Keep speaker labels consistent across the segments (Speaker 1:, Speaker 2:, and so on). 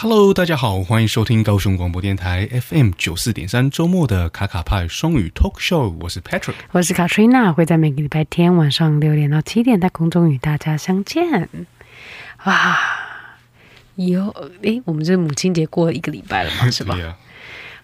Speaker 1: Hello，大家好，欢迎收听高雄广播电台 FM 九四点三周末的卡卡派双语 talk show，我是 Patrick。
Speaker 2: 我是 Katrina，会在每个礼拜天晚上六点到七点在空中与大家相见。哇，有诶，我们这母亲节过了一个礼拜了嘛，是吧
Speaker 1: 对？哎呀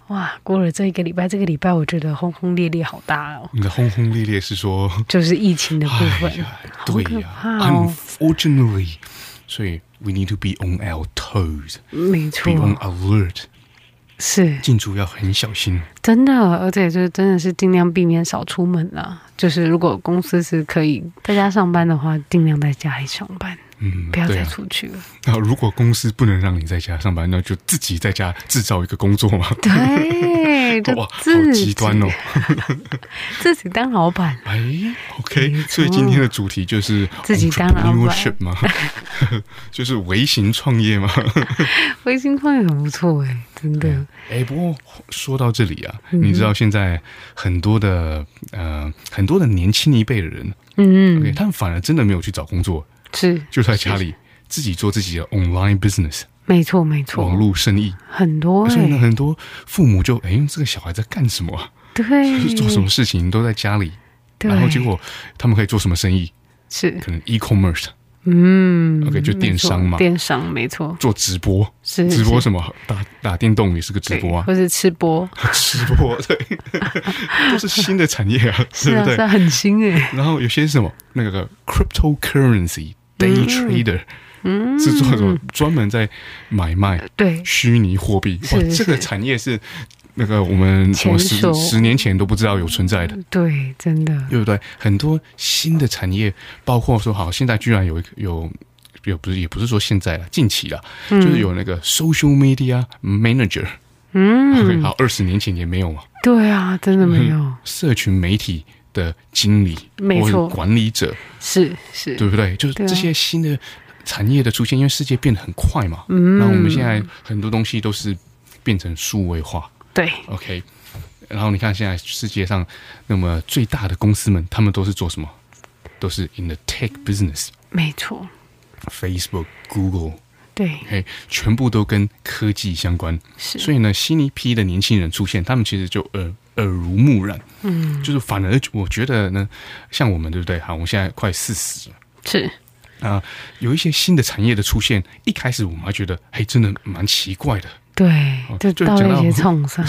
Speaker 2: 哇，过了这一个礼拜，这个礼拜我觉得轰轰烈烈好大哦，
Speaker 1: 你的轰轰烈烈是 说，
Speaker 2: 就是疫情的部
Speaker 1: 哎
Speaker 2: 分，
Speaker 1: 呀，
Speaker 2: 好
Speaker 1: 对
Speaker 2: 可
Speaker 1: 呀、
Speaker 2: 怕
Speaker 1: u n
Speaker 2: 哦，
Speaker 1: f o r t u n a t e l y 所以 we need to be on our toes，be
Speaker 2: 没错，
Speaker 1: on alert，
Speaker 2: 是
Speaker 1: 进出要很小心。
Speaker 2: 真的，而且就是真的是尽量避免少出门啦。就是如果公司是可以在家上班的话，尽量在家里上班，
Speaker 1: 嗯，
Speaker 2: 不要
Speaker 1: 对
Speaker 2: 再
Speaker 1: 啊。
Speaker 2: 出去了。
Speaker 1: 那如果公司不能让你在家上班，那就自己在家制造一个工作嘛。
Speaker 2: 对，就
Speaker 1: 哇，
Speaker 2: 自
Speaker 1: 好
Speaker 2: 己
Speaker 1: 极端 哦！
Speaker 2: 自己当老板，
Speaker 1: 哎，OK，所以今天的主题就是
Speaker 2: 自己当老板
Speaker 1: entrepreneurship 吗？就是微型创业吗？
Speaker 2: 微信创业很不错哎、真的。
Speaker 1: 哎，不过说到这里啊，
Speaker 2: 嗯
Speaker 1: 你知道现在很多的呃很多的年轻一辈的人，OK，
Speaker 2: 嗯，
Speaker 1: 他们反而真的没有去找工作，
Speaker 2: 是
Speaker 1: 就在家里自己做自己的 online business
Speaker 2: 没错没错，
Speaker 1: 网络生意，
Speaker 2: 很多
Speaker 1: 所以呢，
Speaker 2: 哎、
Speaker 1: 很多父母就哎，这个小孩在干什么啊？就是
Speaker 2: 对，
Speaker 1: 做什么事情都在家里，
Speaker 2: 嗯对
Speaker 1: 然后结果他们可以做什么生意？
Speaker 2: 是
Speaker 1: 可能 e-commerce
Speaker 2: 嗯
Speaker 1: OK，就电商嘛
Speaker 2: 没错电商没错，
Speaker 1: 做直播，
Speaker 2: 是
Speaker 1: 直播
Speaker 2: 是
Speaker 1: 什么打打电动也是个直播啊
Speaker 2: 对，或是 吃播，
Speaker 1: 直播对， 都是新的产业啊，
Speaker 2: 是
Speaker 1: 对
Speaker 2: 啊
Speaker 1: 不
Speaker 2: 是
Speaker 1: 对？
Speaker 2: 啊，很新哎、
Speaker 1: 然后有些是什么那个
Speaker 2: 嗯
Speaker 1: cryptocurrency day trader。是做什么专门在买卖
Speaker 2: 对，
Speaker 1: 虚拟货币？哇，
Speaker 2: 是是
Speaker 1: 这个产业是那个我们什么十
Speaker 2: 前所
Speaker 1: 十年前都不知道有存在的，
Speaker 2: 对，真的，
Speaker 1: 对不对？很多新的产业，包括说好，现在居然有一个有。有不是也不是说现在了，近期了，就是有那个 social media manager，、
Speaker 2: 嗯，
Speaker 1: 好，嗯二十年前也没有嘛，
Speaker 2: 对啊，真的没有，
Speaker 1: 社群媒体的经理
Speaker 2: 没
Speaker 1: 或者
Speaker 2: 错
Speaker 1: 管理者，
Speaker 2: 是是，
Speaker 1: 对不对？就是
Speaker 2: 对啊
Speaker 1: 这些新的产业的出现，因为世界变得很快嘛，嗯，那我们现在很多东西都是变成数位化
Speaker 2: 对，
Speaker 1: ，OK，然后你看现在世界上那么最大的公司们，他们都是做什么？都是 in the tech business。
Speaker 2: 没错，
Speaker 1: Facebook、Google，
Speaker 2: 对，
Speaker 1: 嘿，全部都跟科技相关。
Speaker 2: 是
Speaker 1: 所以呢，新一批的年轻人出现，他们其实就耳耳濡目染，嗯，就是反而我觉得呢，像我们对不对？好，我们现在快四十了。
Speaker 2: 是
Speaker 1: 啊、有一些新的产业的出现，一开始我们还觉得，嘿，真的蛮奇怪的，
Speaker 2: 对
Speaker 1: 哦，
Speaker 2: 就
Speaker 1: 就
Speaker 2: 到
Speaker 1: 讲
Speaker 2: 了
Speaker 1: 到
Speaker 2: 一些创伤，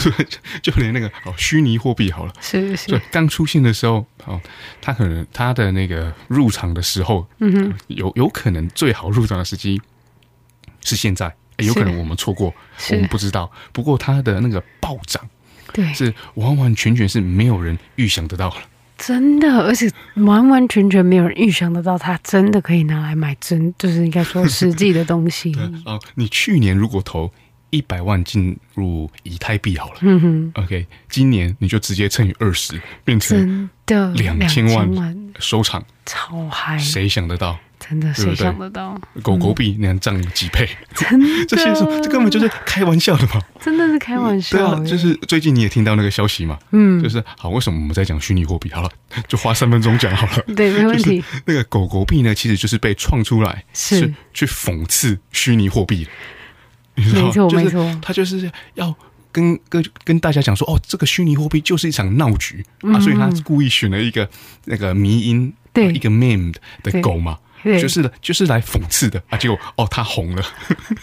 Speaker 1: 就连那个哦，虚拟货币好了，
Speaker 2: 是是
Speaker 1: 对，，刚出现的时候，哦，它可能它的那个入场的时候，嗯哼，有有可能最好入场的时机是现在，诶有可能我们错过，
Speaker 2: 是
Speaker 1: 我们不知道。不过它的那个暴涨
Speaker 2: 对，
Speaker 1: 是完完全全是没有人预想得到了。
Speaker 2: 真的，而且完完全全没有人预想得到，它真的可以拿来买真，就是应该说实际的 东西。
Speaker 1: 哦，你去年如果投一百万进入以太币好了，
Speaker 2: 嗯哼，
Speaker 1: OK，今年你就直接乘以二十，变成
Speaker 2: 真的
Speaker 1: 两千
Speaker 2: 千
Speaker 1: 万收场，
Speaker 2: 超嗨，
Speaker 1: 谁想得到？
Speaker 2: 真的
Speaker 1: 对不
Speaker 2: 谁
Speaker 1: 对
Speaker 2: 想得到？
Speaker 1: 狗狗币那样涨几倍？
Speaker 2: 真的，
Speaker 1: 这些是这根本就是开玩笑的嘛？
Speaker 2: 真的是开玩
Speaker 1: 对
Speaker 2: 笑
Speaker 1: 啊，
Speaker 2: 欸，
Speaker 1: 就是最近你也听到那个消息嘛，
Speaker 2: 嗯
Speaker 1: 就，是好，为什么我们在讲虚拟货币？好了， 就花三分钟讲好了。
Speaker 2: 对，没问题，
Speaker 1: 那个狗狗币呢，其实就是被创出来
Speaker 2: 是
Speaker 1: 去讽刺虚拟货币的，你知道吗
Speaker 2: 没错
Speaker 1: 就是
Speaker 2: 没错
Speaker 1: 他就是要跟跟跟大家讲说，哦，这个虚拟货币就是一场闹剧、啊，所以他故意选了一个那个迷音，
Speaker 2: 嗯对
Speaker 1: 一个 meme 的
Speaker 2: 对
Speaker 1: 狗嘛。
Speaker 2: 对
Speaker 1: 就是就是来讽刺的啊！结果哦，他红了，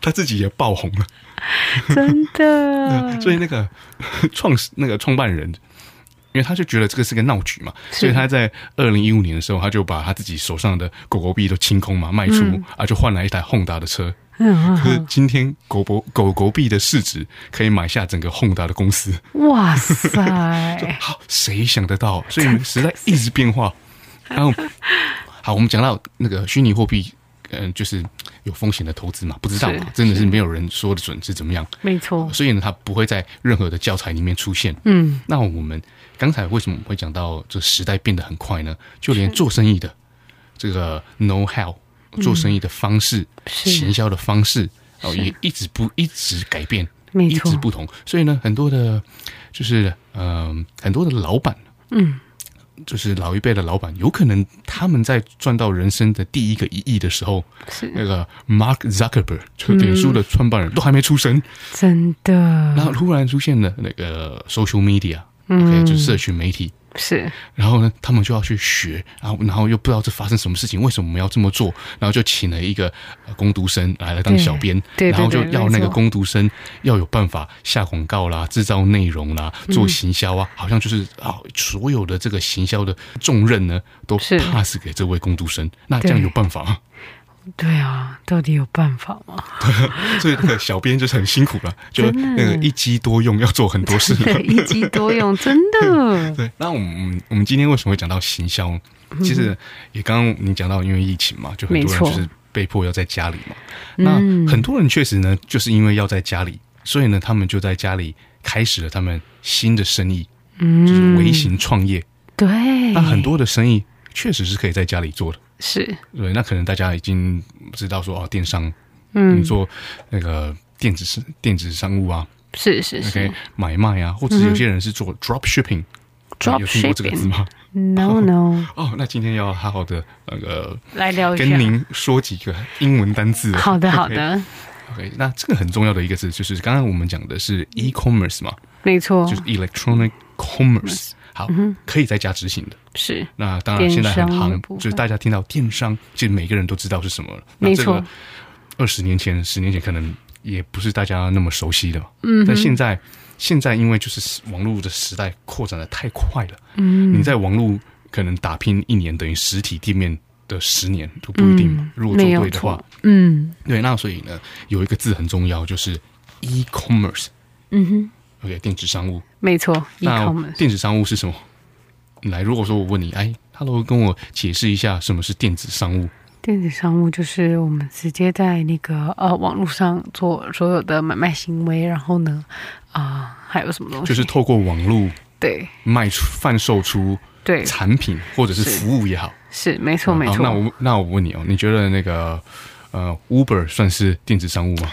Speaker 1: 他自己也爆红了。
Speaker 2: 真 的，
Speaker 1: 所以那个创始那个创办人，因为他就觉得这个是个闹剧嘛，
Speaker 2: 是
Speaker 1: 所以他在二零一五年的时候，他就把他自己手上的狗狗币都清空嘛，卖出、啊，就换来一台 Honda 的车。
Speaker 2: 嗯
Speaker 1: 可是今天狗狗狗狗币的市值可以买下整个 Honda 的公司，
Speaker 2: 哇塞，
Speaker 1: 好，谁想得到？所以时代一直变化。然后，好，我们讲到那个虚拟货币，嗯、就是有风险的投资嘛，不知道嘛
Speaker 2: 是，
Speaker 1: 真的是没有人说的准是怎么样。
Speaker 2: 没错，
Speaker 1: 所以呢，它不会在任何的教材里面出现。
Speaker 2: 嗯，
Speaker 1: 那我们刚才为什么我们会讲到这时代变得很快呢？就连做生意的这个 know how，做生意的方式、
Speaker 2: 嗯是
Speaker 1: 行销的方式哦，也一直不一直改变，
Speaker 2: 没
Speaker 1: 一
Speaker 2: 错
Speaker 1: 直不同。所以呢，很多的，就是嗯、很多的老板，
Speaker 2: 嗯，
Speaker 1: 就是老一辈的老板，有可能他们在赚到人生的第一个一亿的时候，
Speaker 2: 是
Speaker 1: 那个 Mark Zuckerberg 就脸书
Speaker 2: 嗯
Speaker 1: 的创办人、都还没出生，
Speaker 2: 真
Speaker 1: 然
Speaker 2: 的，
Speaker 1: 后突然出现了那个 social media，OK，、就是
Speaker 2: 嗯
Speaker 1: 社群媒体。
Speaker 2: 是
Speaker 1: 然后呢，他们就要去学，然后然后又不知道这发生什么事情，为什么我们要这么做？然后就请了一个呃工读生来来当
Speaker 2: 对
Speaker 1: 小编，
Speaker 2: 对对
Speaker 1: 然后就
Speaker 2: 对
Speaker 1: 要
Speaker 2: 没
Speaker 1: 那个
Speaker 2: 错
Speaker 1: 工读生要有办法下广告啦、制造内容啦、做
Speaker 2: 嗯
Speaker 1: 行销啊，好像就是啊，所有的这个行销的重任呢，都
Speaker 2: 是
Speaker 1: pass 给这位工读生。那这样
Speaker 2: 对
Speaker 1: 有办法吗？
Speaker 2: 对啊，到底有办法吗？
Speaker 1: 所以那个小编就是很辛 苦了，就
Speaker 2: 真
Speaker 1: 那
Speaker 2: 的
Speaker 1: 个一机多用，要做很多事。
Speaker 2: 对，一机多用，真的，
Speaker 1: 对，那我们我们今天为什么会讲到行销呢？其实也刚刚你讲到，因为疫情嘛，就很多人
Speaker 2: 没错嗯
Speaker 1: 就是被迫要在家里嘛。那很多人确实呢，就是因为要在家里，所以呢，他们就在家里开始了他们新的生意，就是微型创业。
Speaker 2: 嗯对，
Speaker 1: 那很多的生意确实是可以在家里做的。
Speaker 2: 是，
Speaker 1: 对，那可能大家已经知道说哦，电商，
Speaker 2: 嗯
Speaker 1: 你，做那个电子商电子商务啊
Speaker 2: 是是
Speaker 1: ，OK，
Speaker 2: 是
Speaker 1: 买卖啊，或者是有些人是做 drop shipping，、
Speaker 2: ，drop
Speaker 1: 有听过这个字
Speaker 2: shipping。
Speaker 1: 吗？
Speaker 2: No no，
Speaker 1: 哦，那今天要好好的那个、
Speaker 2: 来聊一下。
Speaker 1: 跟您说几个英文单字。
Speaker 2: 好的好的，
Speaker 1: OK，, 那这个很重要的一个字就是刚刚我们讲的
Speaker 2: 嗯
Speaker 1: 是 e-commerce 嘛，
Speaker 2: 没错
Speaker 1: 就是，electronic
Speaker 2: 嗯
Speaker 1: commerce。好，可以在家执行的。
Speaker 2: 是
Speaker 1: 那当然，现在很
Speaker 2: 电商的
Speaker 1: 行，
Speaker 2: 部分
Speaker 1: 就是大家听到电商，其实每个人都知道是什么了。
Speaker 2: 没
Speaker 1: 那这个
Speaker 2: 错
Speaker 1: 二十年前、十年前可能也不是大家那么熟悉的嘛。嗯，但现在现在因为就是网络的时代扩展的太快了，嗯，你在网络可能打拼一年等于实体店面的十年都不一定嘛。如果做
Speaker 2: 嗯没有
Speaker 1: 对的话
Speaker 2: 错，，嗯，
Speaker 1: 对，那所以呢，有一个字很重要，就是 e-commerce。嗯哼，OK，电子商务。
Speaker 2: 没错
Speaker 1: 那
Speaker 2: ，e-commerce
Speaker 1: 电子商务是什么？来，如果说我问你，哎，Hello，跟我解释一下什么是电子商务？
Speaker 2: 电子商务就是我们直接在那个呃网络上做所有的买卖行为，然后呢，啊、还有什么东西？
Speaker 1: 就是透过网络
Speaker 2: 对
Speaker 1: 卖出、贩售出
Speaker 2: 对
Speaker 1: 产品或者是
Speaker 2: 嗯是
Speaker 1: 服务也好。
Speaker 2: 是没错没
Speaker 1: 好
Speaker 2: 错。
Speaker 1: 那我那我问你哦，你觉得那个呃，Uber 算是电子商务吗？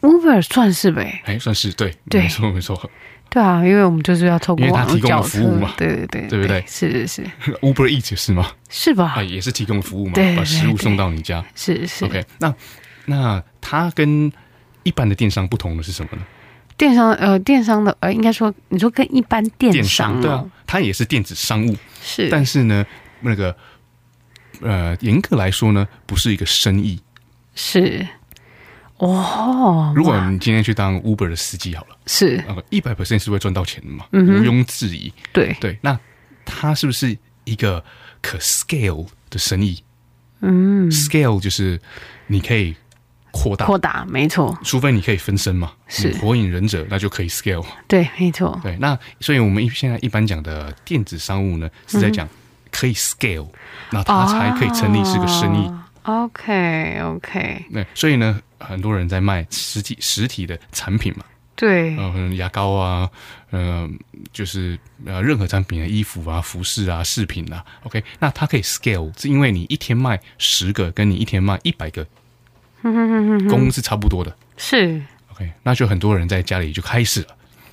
Speaker 2: Uber 算是呗，
Speaker 1: 哎，算是对，
Speaker 2: 对
Speaker 1: 没错没错。
Speaker 2: 对啊，因为我们就是要透过
Speaker 1: 因为它
Speaker 2: 网络
Speaker 1: 提供了
Speaker 2: 叫
Speaker 1: 服务
Speaker 2: 车
Speaker 1: 嘛
Speaker 2: 对对对
Speaker 1: 对不对
Speaker 2: 是是是
Speaker 1: Uber Eats 也是吗？
Speaker 2: 是吧
Speaker 1: 啊，？也是提供服务嘛
Speaker 2: 对，
Speaker 1: 把食
Speaker 2: 对
Speaker 1: 物
Speaker 2: 对
Speaker 1: 送到你家。
Speaker 2: 是是
Speaker 1: OK，那那它跟一般的电商不同的是什么呢？
Speaker 2: 电商呃电商的呃应该说你说跟一般电
Speaker 1: 电
Speaker 2: 商哦
Speaker 1: 对啊，它也是电子商务，
Speaker 2: 是，
Speaker 1: 但是呢，那个呃，严格来说呢，不是一个生意。
Speaker 2: 是哦，
Speaker 1: 如果
Speaker 2: 哇
Speaker 1: 你今天去当 Uber 的司机好了，
Speaker 2: 是
Speaker 1: 那个一百 percent 是会赚到钱的嘛，
Speaker 2: 嗯哼
Speaker 1: 毋庸置疑。
Speaker 2: 对，
Speaker 1: 对，那它是不是一个可 scale 的生意、
Speaker 2: 嗯，
Speaker 1: s c a l e 就是你可以扩大，
Speaker 2: 扩大没错，
Speaker 1: 除非你可以分身嘛，
Speaker 2: 是
Speaker 1: 你火影忍者那就可以 scale。
Speaker 2: 对没错，
Speaker 1: 对，那所以我们一现在一般讲的电子商务呢，是在
Speaker 2: 嗯
Speaker 1: 讲可以 scale，那、它才可以成立是个生
Speaker 2: 啊
Speaker 1: 意。
Speaker 2: 哦 OK OK，
Speaker 1: 对，所以呢，很多人在卖实体实体的产品嘛，
Speaker 2: 对，
Speaker 1: 呃，可能牙膏啊，呃，就是呃任何产品的衣服啊、服饰啊、饰品啊，OK，那它可以 scale，是因为你一天卖十个，跟你一天卖一百个，工是差不多的
Speaker 2: 是，
Speaker 1: ，OK，那就很多人在家里就开始了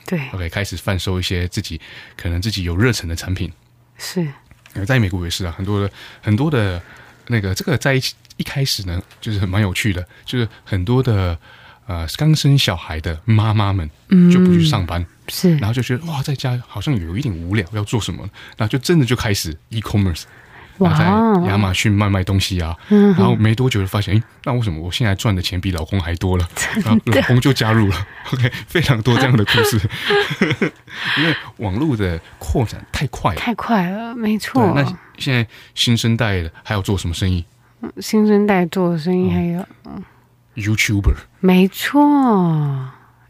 Speaker 2: 对
Speaker 1: ，OK，开始贩售一些自己可能自己有热忱的产品，
Speaker 2: 是，
Speaker 1: 呃，在美国也是啊，很多的很多的那个这个在一起一开始呢，就是很蛮有趣的，就是很多的呃刚生小孩的妈妈们就不去上班，
Speaker 2: 是
Speaker 1: 然后就觉得哇，在家好像有一点无聊，要做什么？然后就真的就开始 e-commerce。然后
Speaker 2: 哦
Speaker 1: 在亚马逊卖卖东西啊，
Speaker 2: 嗯
Speaker 1: 然后没多久就发现，诶，那为什么我现在赚的钱比老公还多了？然后老公就加入了，OK，非 常多这样的故事， 因为网络的扩展太快了，
Speaker 2: 太快了，没
Speaker 1: 对，
Speaker 2: 错，
Speaker 1: 那现在新生代的还要做什么生意
Speaker 2: 新生代做的生
Speaker 1: 嗯
Speaker 2: 意还有，
Speaker 1: ？YouTuber，
Speaker 2: 没错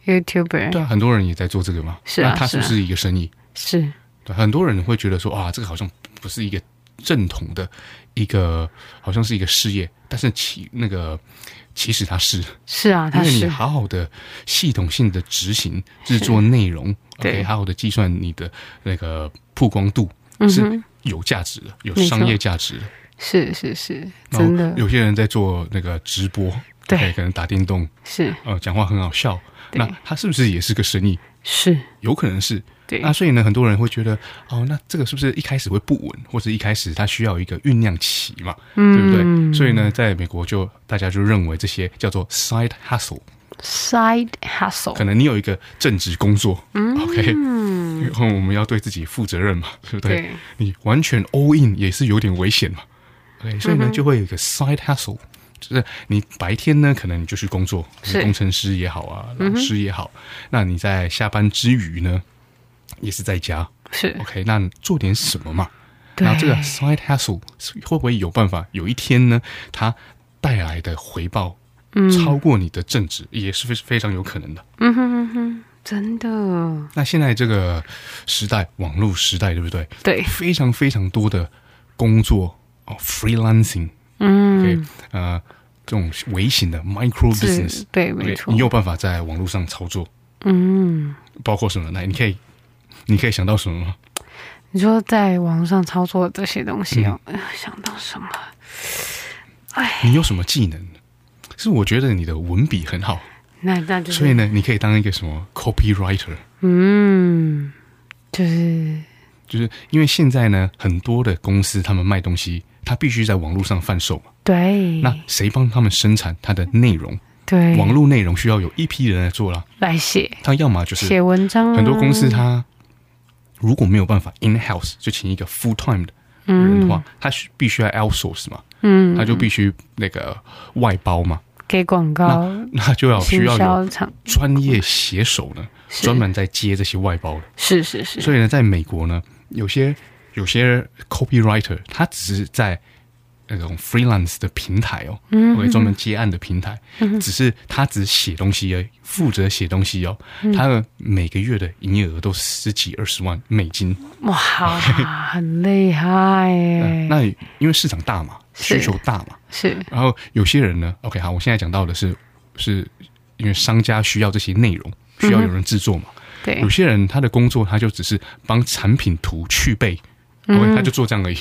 Speaker 2: ，YouTuber
Speaker 1: 对啊，很多人也在做这个嘛。
Speaker 2: 是啊
Speaker 1: 那它是不
Speaker 2: 是
Speaker 1: 是一个生意？
Speaker 2: 是
Speaker 1: 对，很多人会觉得说啊，这个好像不是一个正统的一个，好像是一个事业，但是其那个其实它是，
Speaker 2: 是啊，
Speaker 1: 因
Speaker 2: 他
Speaker 1: 为你
Speaker 2: 是
Speaker 1: 好好的系统性的执行制作内容
Speaker 2: 对
Speaker 1: ，OK，好好的计算你的那个曝光度
Speaker 2: 嗯
Speaker 1: 是有价值的，有
Speaker 2: 没错
Speaker 1: 商业价值的。
Speaker 2: 是是是，
Speaker 1: 然后
Speaker 2: 真的
Speaker 1: 有些人在做那个直播，
Speaker 2: 对
Speaker 1: OK，可能打电动，
Speaker 2: 是
Speaker 1: 呃，讲话很好笑，
Speaker 2: 对
Speaker 1: 那他是不是也是个生意？
Speaker 2: 是，
Speaker 1: 有可能是。
Speaker 2: 对
Speaker 1: 那所以呢，很多人会觉得，哦，那这个是不是一开始会不稳，或者一开始它需要一个酝酿期嘛，
Speaker 2: 嗯
Speaker 1: 对不对？所以呢，在美国就大家就认为这些叫做 side hustle，
Speaker 2: side hustle，
Speaker 1: 可能你有一个正职工作、o
Speaker 2: 嗯
Speaker 1: k 然后我们要对自己负责任嘛，对不对？
Speaker 2: 对
Speaker 1: 你完全 all in 也是有点危险嘛，OK，所以
Speaker 2: 嗯
Speaker 1: 呢，就会有一个 side hustle。就是你白天呢，可能你就去工作，
Speaker 2: 是嗯
Speaker 1: 工程师也好啊，老师也好。那你在下班之余呢，也是在家
Speaker 2: 是
Speaker 1: ，OK？那做点什么嘛？
Speaker 2: 对
Speaker 1: 哦那这个 side hustle 会不会有办法？有一天呢，它带来的回报超过你的正职，也是非非常有可能的。
Speaker 2: 嗯哼哼哼，真的
Speaker 1: 那现在这个时代，网络时代，对不 对？
Speaker 2: 对，
Speaker 1: 非常非常多的工作哦，freelancing，
Speaker 2: 嗯，
Speaker 1: OK，呃，这种微型的 micro
Speaker 2: 是
Speaker 1: business，
Speaker 2: 对没
Speaker 1: OK，
Speaker 2: 错
Speaker 1: 你有办法在网络上操作，
Speaker 2: 嗯，
Speaker 1: 包括什么？来，你可以，你可以想到什么吗？
Speaker 2: 你说在网上操作这些东西
Speaker 1: 嗯
Speaker 2: 哦，哎呀想到什么？
Speaker 1: 你有什么技能？是我觉得你的文笔很好，
Speaker 2: 那那就是
Speaker 1: 所以呢，你可以当一个什么 copywriter，
Speaker 2: 嗯，就是
Speaker 1: 就是因为现在呢，很多的公司他们卖东西，他必须在网络上贩售嘛。
Speaker 2: 对，
Speaker 1: 那谁帮他们生产它的内容？
Speaker 2: 对
Speaker 1: 网络内容需要有一批人来做啦。
Speaker 2: 来写
Speaker 1: 他要么就是
Speaker 2: 写文章啊，
Speaker 1: 很多公司它如果没有办法 in house 就请一个 full time 的人的话，他需必须要 outsource 嘛，
Speaker 2: 嗯，
Speaker 1: 他就必须那个外包嘛，
Speaker 2: 给广告、
Speaker 1: 那就要需
Speaker 2: 行
Speaker 1: 要有
Speaker 2: 销厂，
Speaker 1: 专业写手呢，
Speaker 2: 是
Speaker 1: 专门在接这些外包的。
Speaker 2: 是是是，
Speaker 1: 所以呢，在美国呢，有些有些 copywriter 他只是在那种 freelance 的平台哦，
Speaker 2: 嗯
Speaker 1: 或者专门接案的平台，只是他只写东西而已，负责写东西哦，
Speaker 2: 嗯
Speaker 1: 他的每个月的营业额都十几二十万美金。
Speaker 2: 哇，很厉害耶！
Speaker 1: 啊嗯那因为市场大嘛，
Speaker 2: 哎是
Speaker 1: 需求大嘛，
Speaker 2: 是
Speaker 1: 然后有些人呢，OK，好，我现在讲到的是是因为商家需要这些内容，需
Speaker 2: 嗯
Speaker 1: 要有人制作嘛。
Speaker 2: 对
Speaker 1: 有，些人他的工作他就只是帮产品图去背、o
Speaker 2: 嗯
Speaker 1: k 他就做这样而已。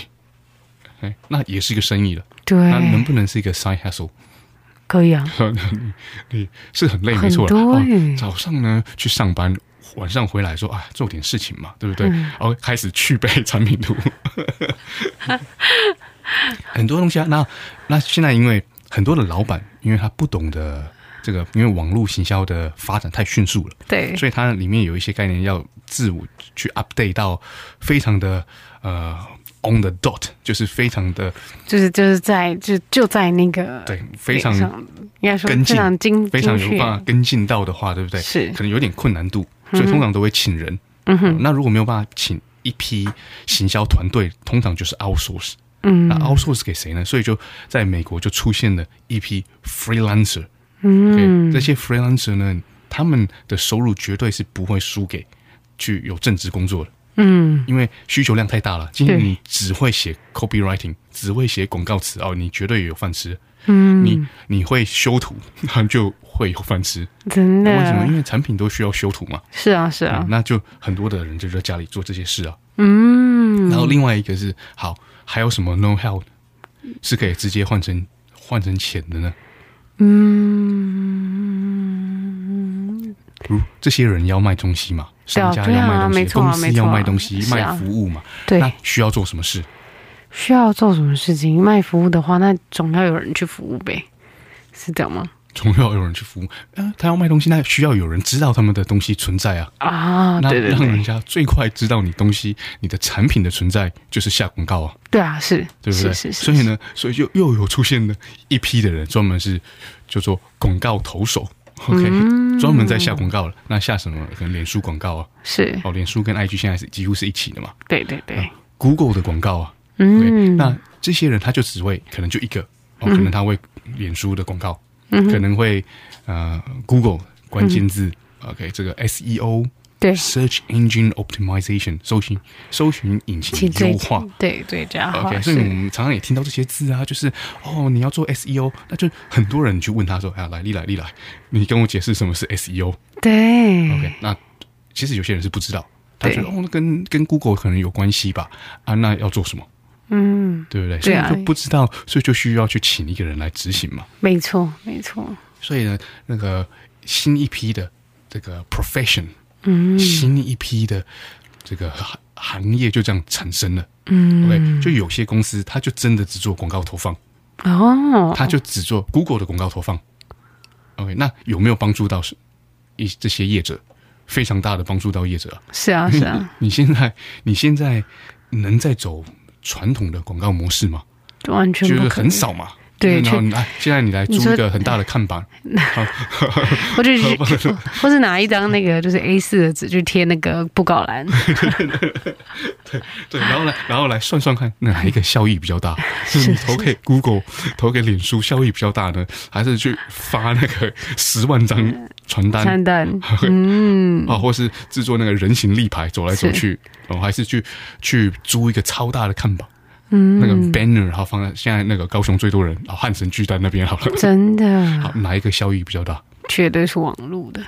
Speaker 1: 哎，那也是一个生意了。那能
Speaker 2: 对，
Speaker 1: 不能是一个 side hustle？
Speaker 2: 可以啊，
Speaker 1: 你你是很累，没错
Speaker 2: 很多
Speaker 1: 了、
Speaker 2: 欸
Speaker 1: 早上呢去上班，晚上回来说啊，做点事情嘛，对不对？
Speaker 2: 嗯
Speaker 1: 然后开始去背产品 图，很多东西啊。那那现在因为很多的老板，因为他不懂得这个，因为网络行销的发展太迅速了。
Speaker 2: 对，
Speaker 1: 所以它里面有一些概念要自我去 update 到非常的呃 on the dot，就是非常的
Speaker 2: 就是就是在就就在那个
Speaker 1: 对非常
Speaker 2: 上应该说
Speaker 1: 跟
Speaker 2: 非
Speaker 1: 进
Speaker 2: 常精
Speaker 1: 非常有
Speaker 2: 精确
Speaker 1: 办法跟进到的话，对不对？
Speaker 2: 是
Speaker 1: 可能有点困难度，所以通常都会请人。嗯哼，那如果没有办法请一批行销团队，通常就是 outsource。嗯，那 outsource 给谁呢？所以就在美国就出现了一批 freelancer。嗯，这些 freelancer 呢，他们的收入绝对是不会输给去有正职工作的。
Speaker 2: 嗯，
Speaker 1: 因为需求量太大了。今天
Speaker 2: 对
Speaker 1: 你只会写 copywriting，只会写广告词哦，你绝对有饭吃。嗯，你你会修图， 那就会有饭吃。
Speaker 2: 真
Speaker 1: 为什么？因
Speaker 2: 的
Speaker 1: 为产品都需要修图嘛。
Speaker 2: 是啊是啊
Speaker 1: 嗯，那就很多的人就在家里做这些事啊。
Speaker 2: 嗯
Speaker 1: 然后另外一个是，好，还有什么 know how 是可以直接换成换成钱的呢？
Speaker 2: 嗯，
Speaker 1: 如这些人要卖东西嘛，
Speaker 2: 对啊
Speaker 1: 商家
Speaker 2: 对啊
Speaker 1: 要卖东西，
Speaker 2: 没错啊
Speaker 1: 公司
Speaker 2: 没错
Speaker 1: 要
Speaker 2: 啊
Speaker 1: 卖东西，
Speaker 2: 是啊
Speaker 1: 卖服务嘛。
Speaker 2: 对
Speaker 1: 那，需要做什么事？
Speaker 2: 需要做什么事情卖服务的话，那总要有人去服务呗，是这样吗？
Speaker 1: 总要有人去服务。呃，他要卖东西，那需要有人知道他们的东西存在啊。
Speaker 2: 啊，
Speaker 1: 那
Speaker 2: 对对
Speaker 1: 让人
Speaker 2: 对，
Speaker 1: 家最快知道你东西、你的产品的存在，就是下广告啊，
Speaker 2: 对啊是，
Speaker 1: 对不对？
Speaker 2: 是是是，
Speaker 1: 所以呢，所以就又有出现了一批的人，专门是叫做广告投手。OK，、专
Speaker 2: 嗯
Speaker 1: 门在下广告了。那下什么？可能脸书广告啊，
Speaker 2: 是，
Speaker 1: 哦，脸书跟 IG 现在是几乎是一起的嘛。
Speaker 2: 对对
Speaker 1: 嗯
Speaker 2: 对，
Speaker 1: Google 的广告啊，对，
Speaker 2: 嗯，
Speaker 1: 那这些人他就只会可能就一个，哦，可能他会脸书的广告，
Speaker 2: 嗯
Speaker 1: 可能会呃 Google 关键字、o k 这个 SEO
Speaker 2: 嗯对
Speaker 1: Search Engine Optimization 搜寻搜寻引
Speaker 2: 请
Speaker 1: 擎
Speaker 2: 最
Speaker 1: 优化。
Speaker 2: 对对这样好
Speaker 1: OK，所以我
Speaker 2: 是
Speaker 1: 们常常也听到这些字啊，就是哦，你要做 SEO，那就很多人去问他说：“哎呀，来丽来丽来，你跟我解释什么是 SEO？”
Speaker 2: 对
Speaker 1: OK，那其实有些人是不知道，他
Speaker 2: 嗯对
Speaker 1: 觉得哦，那跟跟 Google 可能有关系吧？啊，那要做什么？
Speaker 2: 嗯，
Speaker 1: 对不对？所
Speaker 2: 对
Speaker 1: 以
Speaker 2: 啊
Speaker 1: 就不知道，所以就需要去请一个人来执行嘛。
Speaker 2: 没错没错，
Speaker 1: 所以呢，那个新一批的这个 profession，
Speaker 2: 嗯
Speaker 1: 新一批的这个行行业就这样产生了。嗯，OK，就有些公司它就真的只做广告投放，
Speaker 2: 哦，
Speaker 1: 它就只做 Google 的广告投放。OK，那有没有帮助到是一这些业者？非常大的帮助到业者啊、
Speaker 2: 是啊
Speaker 1: 因
Speaker 2: 是
Speaker 1: 为
Speaker 2: 啊，
Speaker 1: 你你现在你现在能再走传统的广告模式吗？
Speaker 2: 完全
Speaker 1: 就
Speaker 2: 不
Speaker 1: 是
Speaker 2: 可
Speaker 1: 很
Speaker 2: 能。
Speaker 1: 少嘛。
Speaker 2: 对
Speaker 1: 然后
Speaker 2: 确
Speaker 1: 你来，哎现在你来租
Speaker 2: 你说
Speaker 1: 一个很大的看板，
Speaker 2: 或者是 或者拿一张那个就是 A 四的纸去贴那个布告栏，
Speaker 1: 对，然后 来，然后来算算看，哪一个效益比较 大？是你投给 Google、投给脸书效益比较大呢，还是去发那 个十万张呃传单
Speaker 2: 餐单，嗯，
Speaker 1: 啊，或是制作那个人形立牌走来走去，哦，还是去去租一个超大的看板，嗯，那个 banner，然后放在现在那个高雄最多人，然后汉神巨蛋那边好 了，
Speaker 2: 真的
Speaker 1: 好，哪一个效益比较大？
Speaker 2: 绝对是网路的，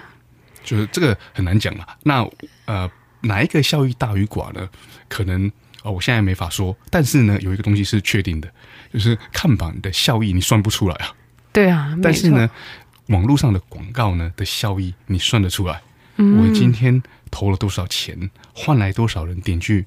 Speaker 1: 就是这个很难讲啦。那呃，哪一个效益大与寡呢？可能哦，我现在没法说。但是呢，有一个东西是确定的，就是看板的效益你算不出来啊。
Speaker 2: 对啊，
Speaker 1: 但是呢
Speaker 2: 没错，，
Speaker 1: 网络上的广告呢的效益你算得出来。
Speaker 2: 嗯
Speaker 1: 我今天投了多少钱，换来多少人点去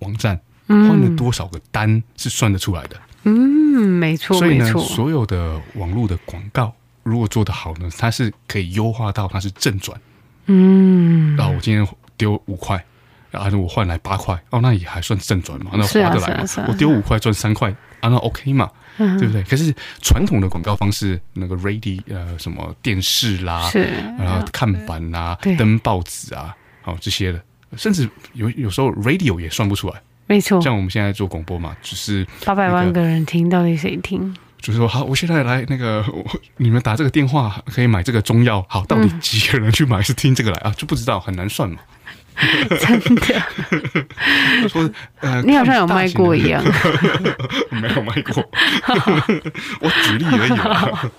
Speaker 1: 网站，换了多少个单是算得出来的。
Speaker 2: 嗯，没错
Speaker 1: 所以
Speaker 2: 没
Speaker 1: 呢，
Speaker 2: 错，
Speaker 1: 所有的网络的广告如果做得好呢，它是可以优化到它是正转。
Speaker 2: 嗯，
Speaker 1: 然后我今天丢五块，然后我换来八块，哦，那也还算正转嘛，那
Speaker 2: 是啊
Speaker 1: 划得来嘛。
Speaker 2: 是啊是啊嗯
Speaker 1: 我丢五块赚三块，啊，那 OK 嘛，对不对？可是传统的广告方式，那个 radio 呃什么电视啦，
Speaker 2: 是啊嗯
Speaker 1: 然后看板啦、
Speaker 2: 对
Speaker 1: 登报纸啊，好、这些的，甚至有有时候 radio 也算不出来。
Speaker 2: 没错，
Speaker 1: 像我们现在做广播嘛，只是
Speaker 2: 八百
Speaker 1: 那
Speaker 2: 万
Speaker 1: 个
Speaker 2: 个人听，到底谁听？
Speaker 1: 就是说，好，我现在来那个， 我你们打这个电话可以买这个中药。好，到
Speaker 2: 嗯
Speaker 1: 底几个人去买是听这个来啊？就不知道，很难 算嘛。真的， 说呃，
Speaker 2: 你好像有卖过一样，
Speaker 1: 看大型的， 没有卖过， 我举例而已啊嘛。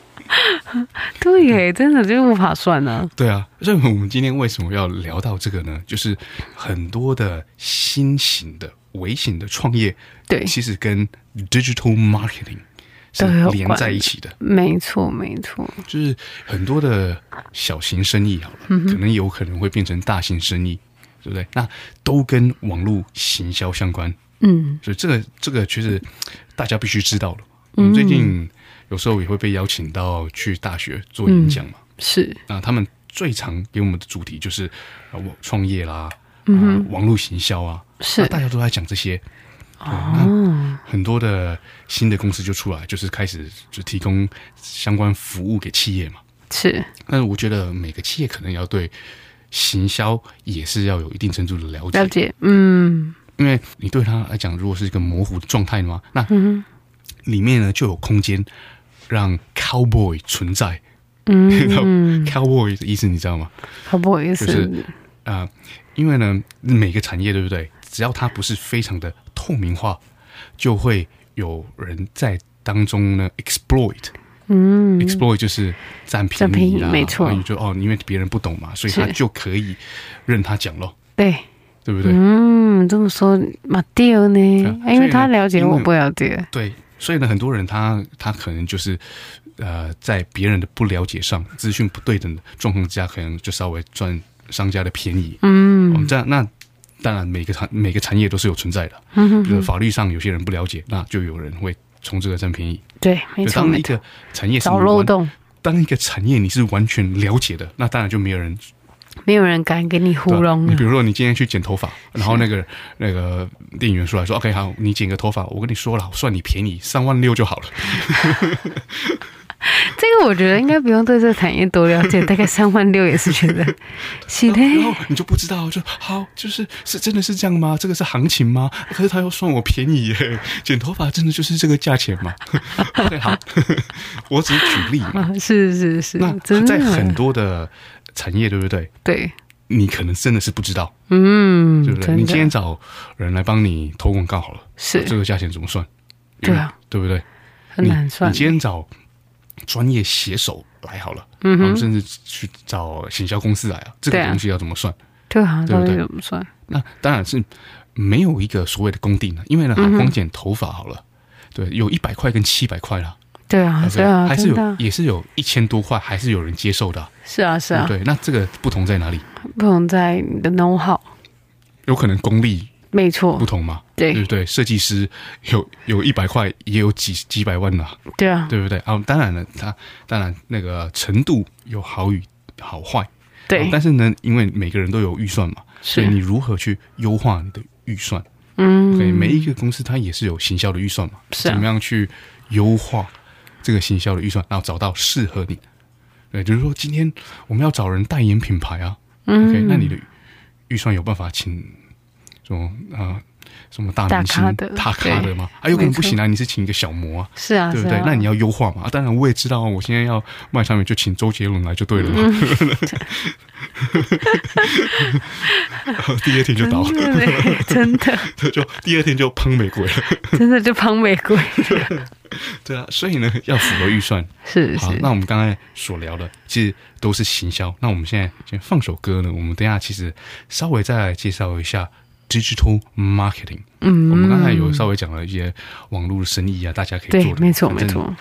Speaker 2: 对耶，真的就无法算呢、
Speaker 1: 对啊，所以我们今天为什么要聊到这个呢？就是很多的新型的微型的创业，
Speaker 2: 对
Speaker 1: 其实跟 digital marketing 是
Speaker 2: 都有
Speaker 1: 连
Speaker 2: 关
Speaker 1: 在一
Speaker 2: 的
Speaker 1: 起的。
Speaker 2: 没错，没错，
Speaker 1: 就是很多的小型生意好了，可能有可能会变成大型生意，对不对？那都跟网络行销相关，
Speaker 2: 嗯，
Speaker 1: 所以这个这个其实大家必须知道的。我们最近有时候也会被邀请到去大学做演讲嘛，
Speaker 2: 是
Speaker 1: 那他们最常给我们的主题就是啊，我创业啦，嗯、网络行销啊，
Speaker 2: 是
Speaker 1: 那大家都在讲这些。
Speaker 2: 哦，
Speaker 1: 很多的新的公司就出来，就是开始就提供相关服务给企业嘛。
Speaker 2: 是
Speaker 1: 但是我觉得每个企业可能要对行销也是要有一定程度的了解，
Speaker 2: 了解，嗯，
Speaker 1: 因为你对他来讲，如果是一个模糊的状态嘛，那里面呢就有空间让 cowboy 存在。 嗯，cowboy 的意思你知道吗？
Speaker 2: 好不好意思，
Speaker 1: 就是啊、因为呢，每个产业对不对？只要它不是非常的透明化，就会有人在当中呢 exploit。
Speaker 2: 嗯，
Speaker 1: exploit 就是占
Speaker 2: 占
Speaker 1: 便
Speaker 2: 便宜
Speaker 1: 宜啦，
Speaker 2: 没错
Speaker 1: 然后你就哦，因为别人不懂嘛，所以他
Speaker 2: 是
Speaker 1: 就可以任他讲咯，
Speaker 2: 对，
Speaker 1: 对不对？
Speaker 2: 嗯，这么说嘛对
Speaker 1: 啊
Speaker 2: 呢，
Speaker 1: 所以
Speaker 2: 因为他
Speaker 1: 呢
Speaker 2: 了解
Speaker 1: 因为
Speaker 2: 我不了解，
Speaker 1: 对，所以呢，很多人他他可能就是呃，在别人的不了解上，资讯不对等的状况之下，可能就稍微赚商家的便宜。嗯，我们这样那。当然，每个产每个产业都是有存在的，嗯、比如法律上有些人不了解，那就有人会从这个占便宜。
Speaker 2: 对，没
Speaker 1: 就
Speaker 2: 错，
Speaker 1: 当
Speaker 2: 没
Speaker 1: 一
Speaker 2: 错，
Speaker 1: 个产业是
Speaker 2: 找
Speaker 1: 你
Speaker 2: 漏
Speaker 1: 完，
Speaker 2: 洞，
Speaker 1: 当一个产业你是完全了解的，那当然就没有人
Speaker 2: 没有人敢给你糊
Speaker 1: 对吧
Speaker 2: 弄
Speaker 1: 你
Speaker 2: 啊
Speaker 1: 比，如说，你今天去剪头发，然后那个那个店员说来说，OK，好，你剪个头发，我跟你说了，我算你便宜，三万六就好了。
Speaker 2: 这个我觉得应该不用对这个产业多了解，大概三万六也是觉 得是的，
Speaker 1: 然后你就不知道，就好，就是是真的是这样吗？这个是行情吗？可是他又算我便宜耶，剪头发真的就是这个价钱 吗？OK，好， 我只是举例嘛。
Speaker 2: 啊，是是是
Speaker 1: 那，
Speaker 2: 真的
Speaker 1: 在很多的产业，对不对？
Speaker 2: 对
Speaker 1: 你可能真的是不知道，
Speaker 2: 嗯，
Speaker 1: 对不对？
Speaker 2: 真
Speaker 1: 你今天
Speaker 2: 的
Speaker 1: 找人来帮你投广告好了，
Speaker 2: 是
Speaker 1: 这个价钱怎么算？
Speaker 2: 对啊，
Speaker 1: 对不对？
Speaker 2: 很
Speaker 1: 你
Speaker 2: 难算
Speaker 1: 你。今天找专业写手来好了，嗯哼，甚至去找行销公司来啊，这
Speaker 2: 对
Speaker 1: 个
Speaker 2: 啊
Speaker 1: 东西要怎么算？
Speaker 2: 对啊，
Speaker 1: 对
Speaker 2: 到
Speaker 1: 不
Speaker 2: 底
Speaker 1: 对
Speaker 2: 怎么算？
Speaker 1: 那当然是没有一个所谓的公定的，因为呢，好
Speaker 2: 嗯
Speaker 1: 啊光剪头发好了，对，有一百块跟七百块啦，
Speaker 2: 对啊，
Speaker 1: 对不
Speaker 2: 对
Speaker 1: 对
Speaker 2: 啊，
Speaker 1: 还是
Speaker 2: 真的
Speaker 1: 有
Speaker 2: 啊
Speaker 1: 也是有一千多块，还是有人接受的啊、
Speaker 2: 是啊，是
Speaker 1: 对
Speaker 2: 啊
Speaker 1: 不，对？那这个不同在哪里？
Speaker 2: 不同在你的 know how，
Speaker 1: 有可能功力
Speaker 2: 没
Speaker 1: 不
Speaker 2: 错，
Speaker 1: 同嘛，
Speaker 2: 哦对
Speaker 1: 对不对？设计师有有一百块，也有几几百万呐、
Speaker 2: 对啊，
Speaker 1: 对不对？啊，当然了，他当然那个程度有好与好坏，啊
Speaker 2: 对，
Speaker 1: 哦但是呢，因为每个人都有预算嘛，所以你
Speaker 2: 是，
Speaker 1: 如何去优化你的预算？对，
Speaker 2: 嗯，
Speaker 1: 每一个公司它也是有行销的预算嘛，
Speaker 2: 是啊
Speaker 1: 怎么样去优化这个行销的预算，然后找到适合你。对，就是说今天我们要找人代言品牌啊、o
Speaker 2: 嗯
Speaker 1: k 那你的预算有办法请什么啊、什么大明星
Speaker 2: 大咖的
Speaker 1: 大咖的吗？啊，
Speaker 2: 没
Speaker 1: 有可能
Speaker 2: 错
Speaker 1: 不行啊，你是请一个小模啊。
Speaker 2: 是啊，
Speaker 1: 对不
Speaker 2: 是
Speaker 1: 对
Speaker 2: 啊？
Speaker 1: 那你要优化嘛、啊当然，我也知道啊，我现在要卖产品就请周杰伦来就对了嘛。
Speaker 2: 嗯
Speaker 1: 第二天就倒了，
Speaker 2: 真的嘞真的
Speaker 1: 就第二天就喷玫瑰了。
Speaker 2: 真的就胖玫瑰，
Speaker 1: 对啊，所以呢， 要符合预算。
Speaker 2: 是
Speaker 1: 好，
Speaker 2: 是
Speaker 1: 那我们刚才所聊的其实都是行销。那我们现在先放首歌呢，我们等一下其实稍微再来介绍一下 digital marketing。嗯，我们刚才有稍微讲了一些网络的生意啊，大家可以
Speaker 2: 对
Speaker 1: 做，的。
Speaker 2: 没错没
Speaker 1: 反正
Speaker 2: 错，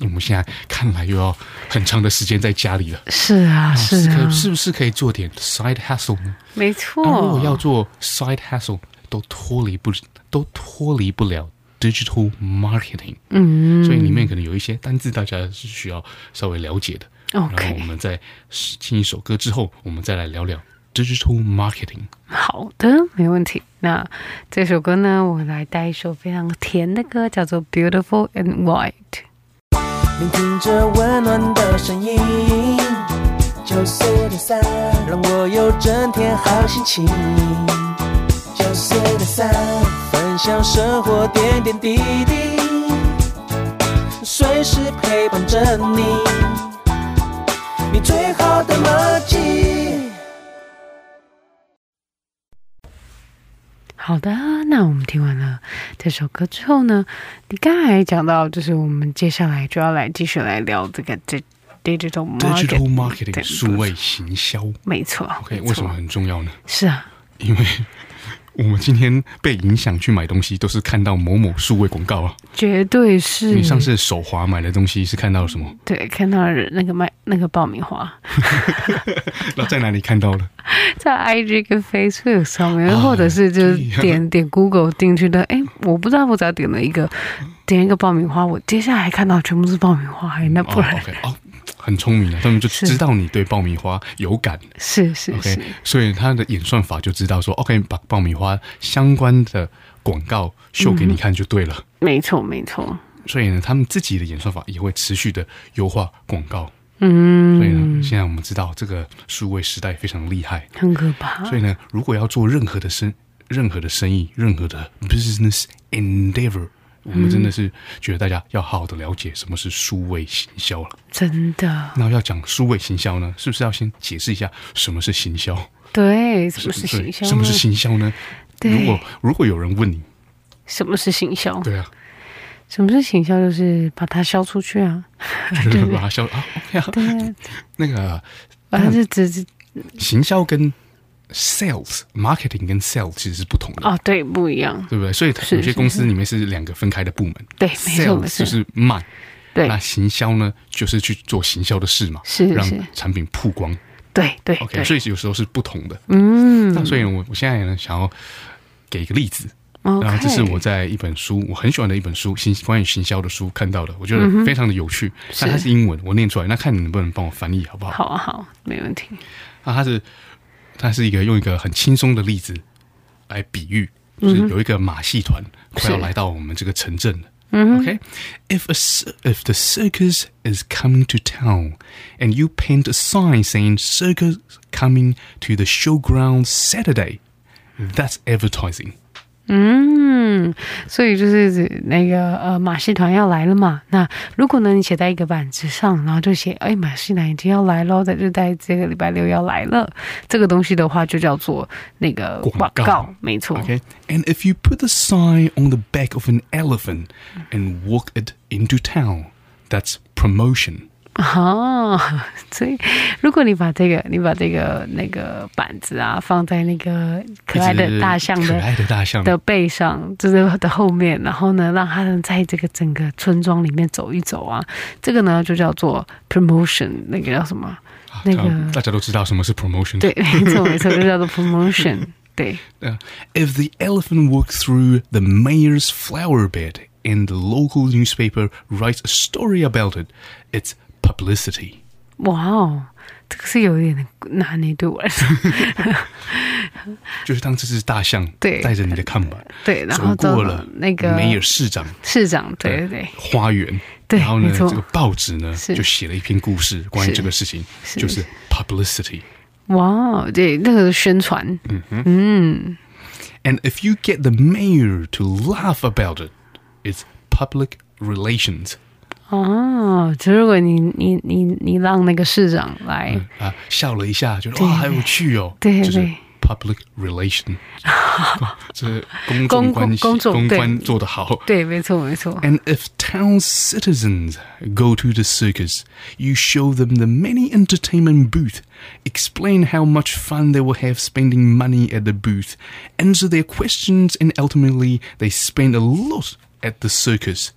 Speaker 1: 我们现在看来又要很长的时间在家里了。
Speaker 2: 是啊是
Speaker 1: 可
Speaker 2: 啊，哦
Speaker 1: 是不是可以做点 side hustle 呢？
Speaker 2: 没
Speaker 1: 那如
Speaker 2: 错
Speaker 1: 果，要做 side hustle，都脱离不都脱离不了 digital marketing。
Speaker 2: 嗯，
Speaker 1: 所以里面可能有一些单字，大家是需要稍微了解的。然后
Speaker 2: OK
Speaker 1: 我们在听一首歌之后，我们再来聊聊 digital marketing。
Speaker 2: 好的，没问题。那这首歌呢，我来带一首非常甜的歌，叫做《Beautiful and White》。
Speaker 3: 聆听着温暖的声音。九四点三，让我有整天好心情。九四点三，分享生活点点滴滴，随时陪伴着你，你最好的默契。
Speaker 2: 好的，那我们听完了这首歌之后呢，你刚才讲到，就是我们接下来就要来继续来聊这个这 digital market
Speaker 1: digital marketing
Speaker 2: 对
Speaker 1: 数位行销
Speaker 2: 没错。
Speaker 1: ，OK，
Speaker 2: 没错
Speaker 1: 为什么？很重要呢？
Speaker 2: 是啊，
Speaker 1: 因为我们今天被影响去买东西，都是看到某某数位广告啊。
Speaker 2: 绝对是。
Speaker 1: 你上次手滑买的东西是看到了什么？
Speaker 2: 对看到了那个卖那个爆米花，
Speaker 1: 那在哪里看到了？
Speaker 2: 在 IG 跟 Facebook 上面，
Speaker 1: 啊
Speaker 2: 或者是就是
Speaker 1: 对呀
Speaker 2: 点点 Google 进去的，哎，我不知道我只要点了一个
Speaker 1: 嗯
Speaker 2: 点一个爆米花，我接下来看到全部是爆米花，哎那
Speaker 1: 哦
Speaker 2: 不然、
Speaker 1: ，OK，哦，很聪明啊，他们就是知道你对爆米花有感。
Speaker 2: 是是是
Speaker 1: OK，所以它的演算法就知道说，OK，把爆米花相关的广告秀给你看就对了。
Speaker 2: 没错没错，
Speaker 1: 所以呢，他们自己的演算法也会持续的优化广告。所以
Speaker 2: 嗯，
Speaker 1: 呢，现在我们知道这个数位时代非常厉害。
Speaker 2: 很可怕，
Speaker 1: 所以呢，如果要做任何的生、任何的生意、任何的 business endeavor，我们真的是觉得大家要好好的了解什么是数位行销了。
Speaker 2: 真的
Speaker 1: 那要讲数位行销呢，是不是要先解释一下什么是行销？
Speaker 2: 对，什么是
Speaker 1: 对
Speaker 2: 行销呢？
Speaker 1: 什么是行销呢？
Speaker 2: 对哦
Speaker 1: 如果如果有人问你，
Speaker 2: 什么是行销？
Speaker 1: 对 啊，
Speaker 2: 什么是行销？就是把它销出去 啊，
Speaker 1: 就是把它销啊，OK 啊，
Speaker 2: 对啊，
Speaker 1: 那个
Speaker 2: 把它是直接
Speaker 1: 行销跟 sales、marketing 跟 sales 其实是不同的，
Speaker 2: 哦，对，不一样，
Speaker 1: 对不对？所以它
Speaker 2: 是
Speaker 1: 有些
Speaker 2: 是
Speaker 1: 公司里面是两个分开的部门
Speaker 2: 对，没错没
Speaker 1: ，sales
Speaker 2: 错，
Speaker 1: 就是卖，
Speaker 2: 对
Speaker 1: 那行销呢就是去做行销的事嘛，
Speaker 2: 是
Speaker 1: 让
Speaker 2: 是
Speaker 1: 产品曝光。
Speaker 2: 对对
Speaker 1: OK，
Speaker 2: 对，
Speaker 1: 所以有时候是不同的。
Speaker 2: 嗯
Speaker 1: 那所以我我现在呢想要给一个例子，然后
Speaker 2: ，OK，
Speaker 1: 这是我在一本书，我很喜欢的一本书，行关于行销的书看到的，我觉得非常的有趣。
Speaker 2: 嗯是
Speaker 1: 那它是英文，我念出来，那看你能不能帮我翻译好不好？
Speaker 2: 好啊好，没问题，
Speaker 1: 那它是它是一个用一个很轻松的例子来比喻，就
Speaker 2: 嗯
Speaker 1: 是有一个马戏团快要来到我们这个城镇了。OK，if、a cir- if the circus is coming to town and you paint a sign saying circus coming to the showground Saturday, that's advertising.
Speaker 2: 嗯，所以就是指那个呃马戏团要来了嘛。那如果呢，你写在一个板子上，然后就写哎马戏团已经要来喽，在就在这个礼拜六要来了，这个东西的话就叫做那个
Speaker 1: 广告
Speaker 2: 没错。
Speaker 1: Okay. And if you put a sign on the back of an elephant and walk it into town, that's promotion.
Speaker 2: 哦， 所以如果你把这个你把这个那个板子啊放在那个可爱的大象的
Speaker 1: 可爱的大象。
Speaker 2: 的背上，就是的后面，然后呢，让他能在这个整个村庄里面走一走啊。这个呢，就叫做 promotion，那个叫什么？
Speaker 1: 啊
Speaker 2: 那个
Speaker 1: 大家都知道什么是promotion。
Speaker 2: 对，没错没错，就叫做 promotion。对，
Speaker 1: Uh, if the elephant walks through the mayor's flower bed and the local newspaper writes a story about it, it's publicity.
Speaker 2: 哇哦，这个是有一点难呢，对我来说。
Speaker 1: 就是当这只大象
Speaker 2: 对。
Speaker 1: 带着你的看板
Speaker 2: 对，然后到
Speaker 1: 走过了
Speaker 2: 那个
Speaker 1: mayor市长
Speaker 2: 市长，对对对。
Speaker 1: 花园，
Speaker 2: 对，
Speaker 1: 然后呢，
Speaker 2: 没错。
Speaker 1: 这个报纸呢
Speaker 2: 是
Speaker 1: 就写了一篇故事，关于
Speaker 2: 是
Speaker 1: 这个事情，
Speaker 2: 是
Speaker 1: 就是 publicity。
Speaker 2: 哇，哦对，那个宣传，
Speaker 1: And if you get the mayor to laugh about it, it's public relations
Speaker 2: 哦，就如果你你你你让那个市长来，
Speaker 1: 啊，笑了一下，觉得哇，好有趣哦，
Speaker 2: 对
Speaker 1: 就是
Speaker 2: 对
Speaker 1: public relation，这是公
Speaker 2: 公
Speaker 1: 众关系，
Speaker 2: 公众
Speaker 1: 公
Speaker 2: 对
Speaker 1: 关做得好。
Speaker 2: 对，没错没错，
Speaker 1: And if town citizens go to the circus, you show them the many entertainment booth, explain how much fun they will have spending money at the booth, answer their questions, and ultimately they spend a lot at the circus.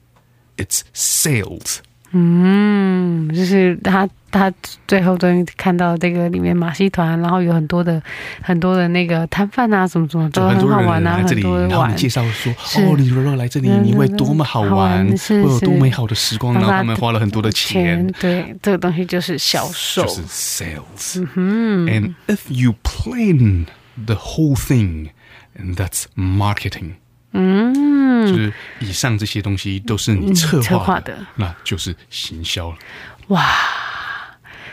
Speaker 1: It's sales.
Speaker 2: 嗯，就是他他最后终于看到这个里面马戏团，然后有很多的很多的那个摊贩啊，什么什么都很好玩啊，很多人玩。
Speaker 1: 就很多人来这里，然后你介绍说，哎
Speaker 2: 是。嗯，
Speaker 1: 哦，你如果来这里，你会多么好玩，
Speaker 2: 好玩，是，是。
Speaker 1: 会有多美好的时光，
Speaker 2: 让
Speaker 1: 然后他们花了很多的钱。
Speaker 2: 对，这个东西就是销售。
Speaker 1: 就是 sales.
Speaker 2: 嗯
Speaker 1: And if you plan the whole thing, and that's marketing.
Speaker 2: 嗯，
Speaker 1: 就是以上这些东西都是你策
Speaker 2: 策
Speaker 1: 划
Speaker 2: 划
Speaker 1: 的
Speaker 2: 的，
Speaker 1: 那就是行销了。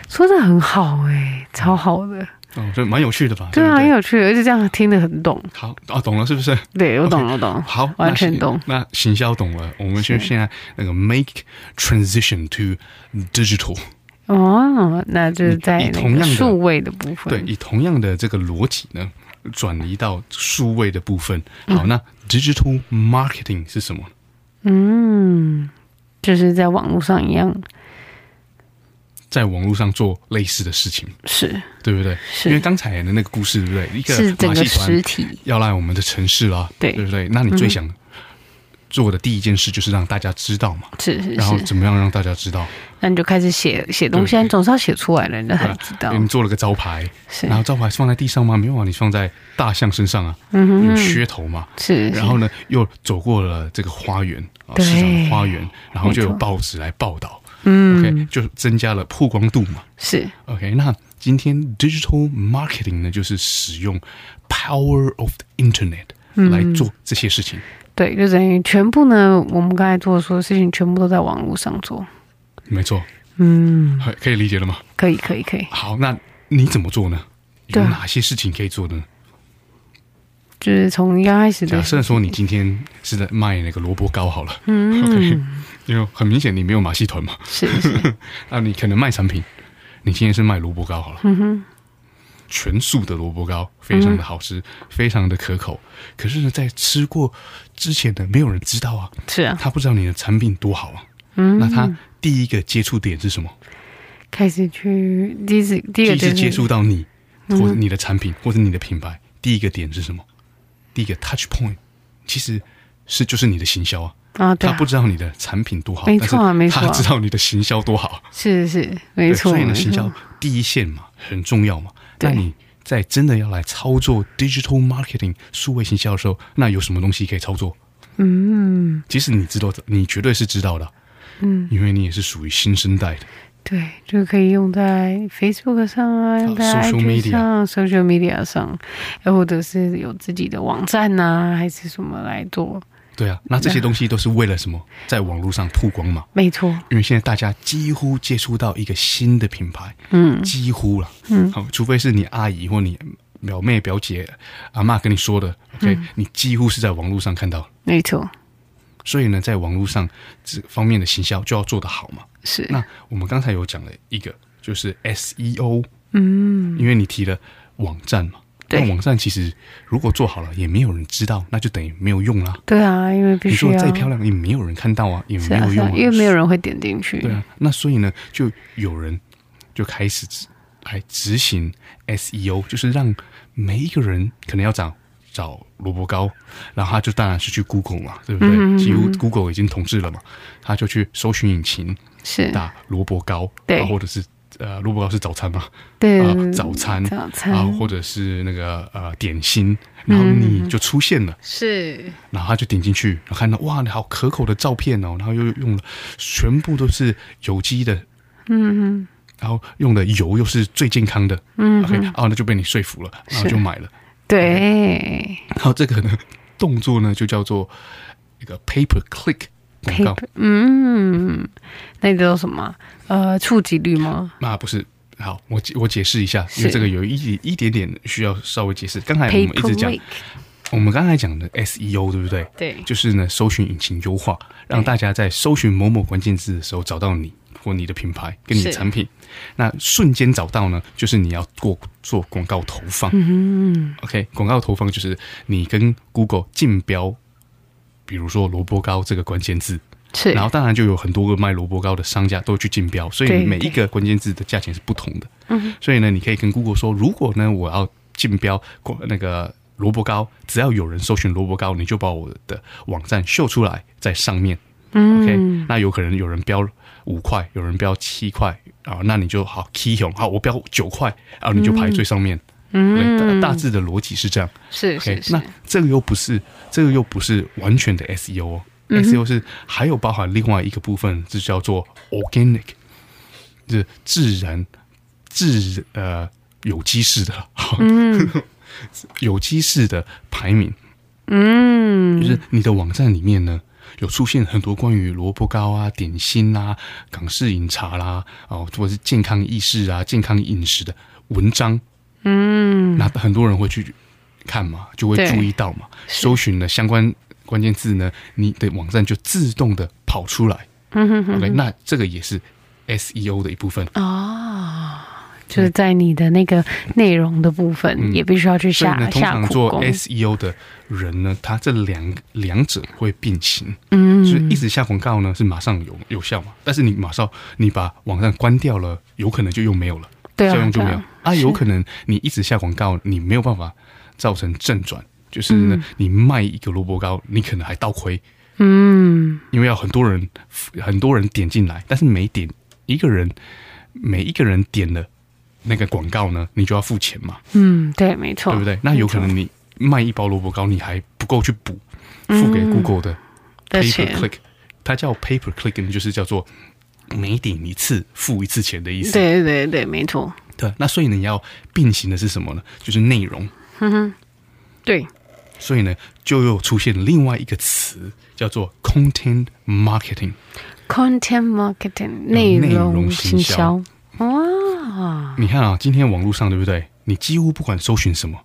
Speaker 2: 说的很好哎、超好的，
Speaker 1: 哦，这蛮有趣的吧？
Speaker 2: 对啊，
Speaker 1: 不
Speaker 2: 很有趣，而且这样听得很懂。
Speaker 1: 好啊，懂了是不是？
Speaker 2: 对，我懂
Speaker 1: OK，
Speaker 2: 我懂，
Speaker 1: 好，
Speaker 2: 完
Speaker 1: 那
Speaker 2: 全
Speaker 1: 行
Speaker 2: 懂。
Speaker 1: 那行销懂了，我们就现在那个 make transition to digital。
Speaker 2: 哦，那就是在
Speaker 1: 以
Speaker 2: 那
Speaker 1: 同
Speaker 2: 个
Speaker 1: 样的
Speaker 2: 数位的部分。
Speaker 1: 对，以同样的这个逻辑呢，转移到数位的部分。好，那 digital marketing 是什么？
Speaker 2: 嗯，就是在网络上一样，
Speaker 1: 在网络上做类似的事情，
Speaker 2: 是
Speaker 1: 对不对？
Speaker 2: 是
Speaker 1: 因为刚才的那个故事，对不对？一
Speaker 2: 是
Speaker 1: 个
Speaker 2: 整
Speaker 1: 马
Speaker 2: 个
Speaker 1: 戏
Speaker 2: 实
Speaker 1: 团
Speaker 2: 体，
Speaker 1: 要来我们的城市啦，
Speaker 2: 对
Speaker 1: 对不对？那你最想做的第一件事就是让大家知道嘛，
Speaker 2: 是是
Speaker 1: 然后
Speaker 2: 是。
Speaker 1: 怎么样让大家知道？
Speaker 2: 那你就开始写写东西啊，
Speaker 1: 对
Speaker 2: 你总是要写出来了，人家才
Speaker 1: 对吧哎
Speaker 2: 知道
Speaker 1: 你。做了个招牌，
Speaker 2: 是
Speaker 1: 然后招牌是放在地上吗？没有啊，你放在大象身上啊，
Speaker 2: 嗯
Speaker 1: 有噱头嘛。
Speaker 2: 是，
Speaker 1: 然后呢，又走过了这个花园啊，
Speaker 2: 对
Speaker 1: 市场的花园，然后就有
Speaker 2: 没错
Speaker 1: 报纸来报道。
Speaker 2: 嗯
Speaker 1: OK，就增加了曝光度嘛。
Speaker 2: 是
Speaker 1: OK，那今天 digital marketing 呢，就是使用 power of the internet
Speaker 2: 嗯
Speaker 1: 来做这些事情。
Speaker 2: 对，就等于全部呢，我们刚才做的所有事情全部都在网络上做。
Speaker 1: 没错，
Speaker 2: 嗯，
Speaker 1: 可可以理解了吗？
Speaker 2: 可以可以可以，
Speaker 1: 好，那你怎么做呢？有
Speaker 2: 对啊
Speaker 1: 哪些事情可以做呢？
Speaker 2: 就是从一开始
Speaker 1: 假
Speaker 2: 的
Speaker 1: 设说你今天是在卖那个萝卜糕好了，嗯，OK，因为很明显你没有马戏团嘛，
Speaker 2: 是 是
Speaker 1: 啊，你可能卖产品，你今天是卖萝卜糕好了，嗯哼，全素的萝卜糕非常的好吃，非常的可口。可是呢，在吃过之前呢，没有人知道啊，
Speaker 2: 是啊，
Speaker 1: 他不知道你的产品多好啊。嗯，那他第一个接触点是什么？
Speaker 2: 开始去第一次第一
Speaker 1: 第
Speaker 2: 个
Speaker 1: 一
Speaker 2: 就
Speaker 1: 次
Speaker 2: 是嗯
Speaker 1: 接触到你，或者你的产品，或者你的品牌，第一个点是什么？第一个 touch point 其实是就是你的行销啊。
Speaker 2: 啊，对
Speaker 1: 他
Speaker 2: 啊
Speaker 1: 不，知道你的产品多好，
Speaker 2: 没错啊
Speaker 1: 但是
Speaker 2: 没错啊
Speaker 1: 他知道你的行销多好。啊
Speaker 2: 是是没
Speaker 1: 对，
Speaker 2: 错，
Speaker 1: 所以呢，
Speaker 2: 没
Speaker 1: 行销
Speaker 2: 错
Speaker 1: 第一线嘛很重要嘛。
Speaker 2: 对
Speaker 1: 那你在真的要来操作 digital marketing 数位行销的时候，那有什么东西可以操作？嗯，其实你知道的，你绝对是知道的。嗯，因为你也是属于新生代的。
Speaker 2: 对，就可以用在 Facebook 上啊，用在
Speaker 1: 哦 social
Speaker 2: IG
Speaker 1: media
Speaker 2: 上、social media 上，又或者是有自己的网站呐、还是什么来做。
Speaker 1: 对啊，那这些东西都是为了什么？在网络上曝光嘛。
Speaker 2: 没错，
Speaker 1: 因为现在大家几乎接触到一个新的品牌，嗯，几乎了，嗯，好，除非是你阿姨或你表妹、表姐、阿妈跟你说的，OK，、你
Speaker 2: 嗯
Speaker 1: 几乎是在网络上看到。
Speaker 2: 没错，
Speaker 1: 所以呢，在网络上这方面的行销就要做得好嘛。
Speaker 2: 是
Speaker 1: 那我们刚才有讲了一个，就是 SEO，嗯，因为你提了网站嘛，
Speaker 2: 对
Speaker 1: 那网站其实如果做好了，也没有人知道，那就等于没有用啦。
Speaker 2: 对啊，因为必
Speaker 1: 你
Speaker 2: 须
Speaker 1: 说
Speaker 2: 要
Speaker 1: 再漂亮，也没有人看到啊，也
Speaker 2: 是
Speaker 1: 没
Speaker 2: 啊
Speaker 1: 有
Speaker 2: 是
Speaker 1: 用
Speaker 2: 啊
Speaker 1: 啊，，
Speaker 2: 因为没有人会点进去。
Speaker 1: 对啊，那所以呢，就有人就开始执来执行 SEO，就是让每一个人可能要找找萝卜糕，然后他就当然是去 Google 嘛，对不
Speaker 2: 嗯
Speaker 1: 对？几乎 Google 已经统治了嘛，他就去搜寻引擎
Speaker 2: 是，
Speaker 1: 打萝卜糕，
Speaker 2: 对
Speaker 1: 啊或者是呃萝卜糕是早餐嘛，
Speaker 2: 对
Speaker 1: 啊、早餐，
Speaker 2: 嗯早餐嗯
Speaker 1: 啊，或者是那个呃点心，然后你就出现了，
Speaker 2: 是
Speaker 1: 然后他就点进去，然后看到哇，你好可口的照片哦，然后又用了全部都是有机的，嗯然后用的油又是最健康的，嗯，OK，哦，那就被你说服了，然后就买了。
Speaker 2: 对
Speaker 1: 然后这个呢，动作呢就叫做一个 pay per click 广告
Speaker 2: paper，嗯，那叫什么？呃，触及率吗
Speaker 1: 啊，不是。好，我解我解释一下，因为
Speaker 2: 是
Speaker 1: 这个有一点一点点需要稍微解释。刚才哎我们一直
Speaker 2: ？paper
Speaker 1: 讲
Speaker 2: week，
Speaker 1: 我们刚才讲的 SEO 对不对？
Speaker 2: 对
Speaker 1: 就是呢，搜寻引擎优化，让大家在搜寻某某关键字的时候找到你或你的品牌跟你的
Speaker 2: 是
Speaker 1: 产品。那瞬间找到呢，就是你要做做广告投放。
Speaker 2: 嗯，
Speaker 1: OK，广告投放就是你跟 Google 竞标，比如说萝卜糕这个关键字，
Speaker 2: 是
Speaker 1: 然后当然就有很多个卖萝卜糕的商家都去竞标，所以
Speaker 2: 对嗯
Speaker 1: 每一个关键字的价钱是不同的。所以呢，你可以跟 Google 说，如果呢我要竞标过那个萝卜糕，只要有人搜寻萝卜糕，你就把我的网站秀出来在上面。OK，、那
Speaker 2: 嗯
Speaker 1: 有可能有人标五块，有人标七块啊，那你就好 key 红，好我标九块，然后你就排最上面。嗯，大大致的逻辑是这样。
Speaker 2: 是
Speaker 1: OK，
Speaker 2: 是是
Speaker 1: 那，这个又不是这个又不是完全的 SEO 哦、s
Speaker 2: 嗯
Speaker 1: e o 是还有包含另外一个部分，这叫做 organic，就是自然自呃有机式的， 有机式的排名，
Speaker 2: 嗯，
Speaker 1: 就是你的网站里面呢。有出现很多关于萝卜糕啊、点心啦、港式饮茶啦，哦，或者是健康意识啊、健康饮食的文章，嗯，那很多人会去看嘛，就会
Speaker 2: 对
Speaker 1: 注意到嘛，搜寻了相关关键字呢，你的网站就自动的跑出来。嗯哼 OK，那这个也是 SEO 的一部分。
Speaker 2: 哦，就是在你的那个内容的部分，也必须要去
Speaker 1: 嗯所以呢
Speaker 2: 下，
Speaker 1: 通
Speaker 2: 下
Speaker 1: 常
Speaker 2: 苦
Speaker 1: 做
Speaker 2: 功。
Speaker 1: SEO 的人呢，他这两两者会并行，嗯，就是一直下广告呢是马上有有效嘛，但是你马上你把网站关掉了，有可能就又没有了，
Speaker 2: 对啊
Speaker 1: 效用就没有
Speaker 2: 对啊
Speaker 1: 啊，有可能你一直下广告，你没有办法造成正转，就是呢，你卖一个萝卜糕，你可能还倒亏，
Speaker 2: 嗯，
Speaker 1: 因为要很多人很多人点进来，但是每点一个人每一个人点了那个广告呢，你就要付钱嘛，
Speaker 2: 嗯，对，没错，
Speaker 1: 对不对？那有可能你卖一包萝卜糕，你还不够去补
Speaker 2: 嗯
Speaker 1: 付给 Google 的
Speaker 2: 的
Speaker 1: pay
Speaker 2: 钱
Speaker 1: per click，它叫 pay per click，就是叫做每点一次付一次钱的意思。
Speaker 2: 对对对，没错，
Speaker 1: 对那所以呢，你要并行的是什么呢？就是内容。
Speaker 2: 对，
Speaker 1: 所以呢，就又出现另外一个词叫做 content marketing。
Speaker 2: Content
Speaker 1: 嗯
Speaker 2: marketing 内容行销，哇，
Speaker 1: 你看啊，今天网络上对不对？你几乎不管搜寻什么，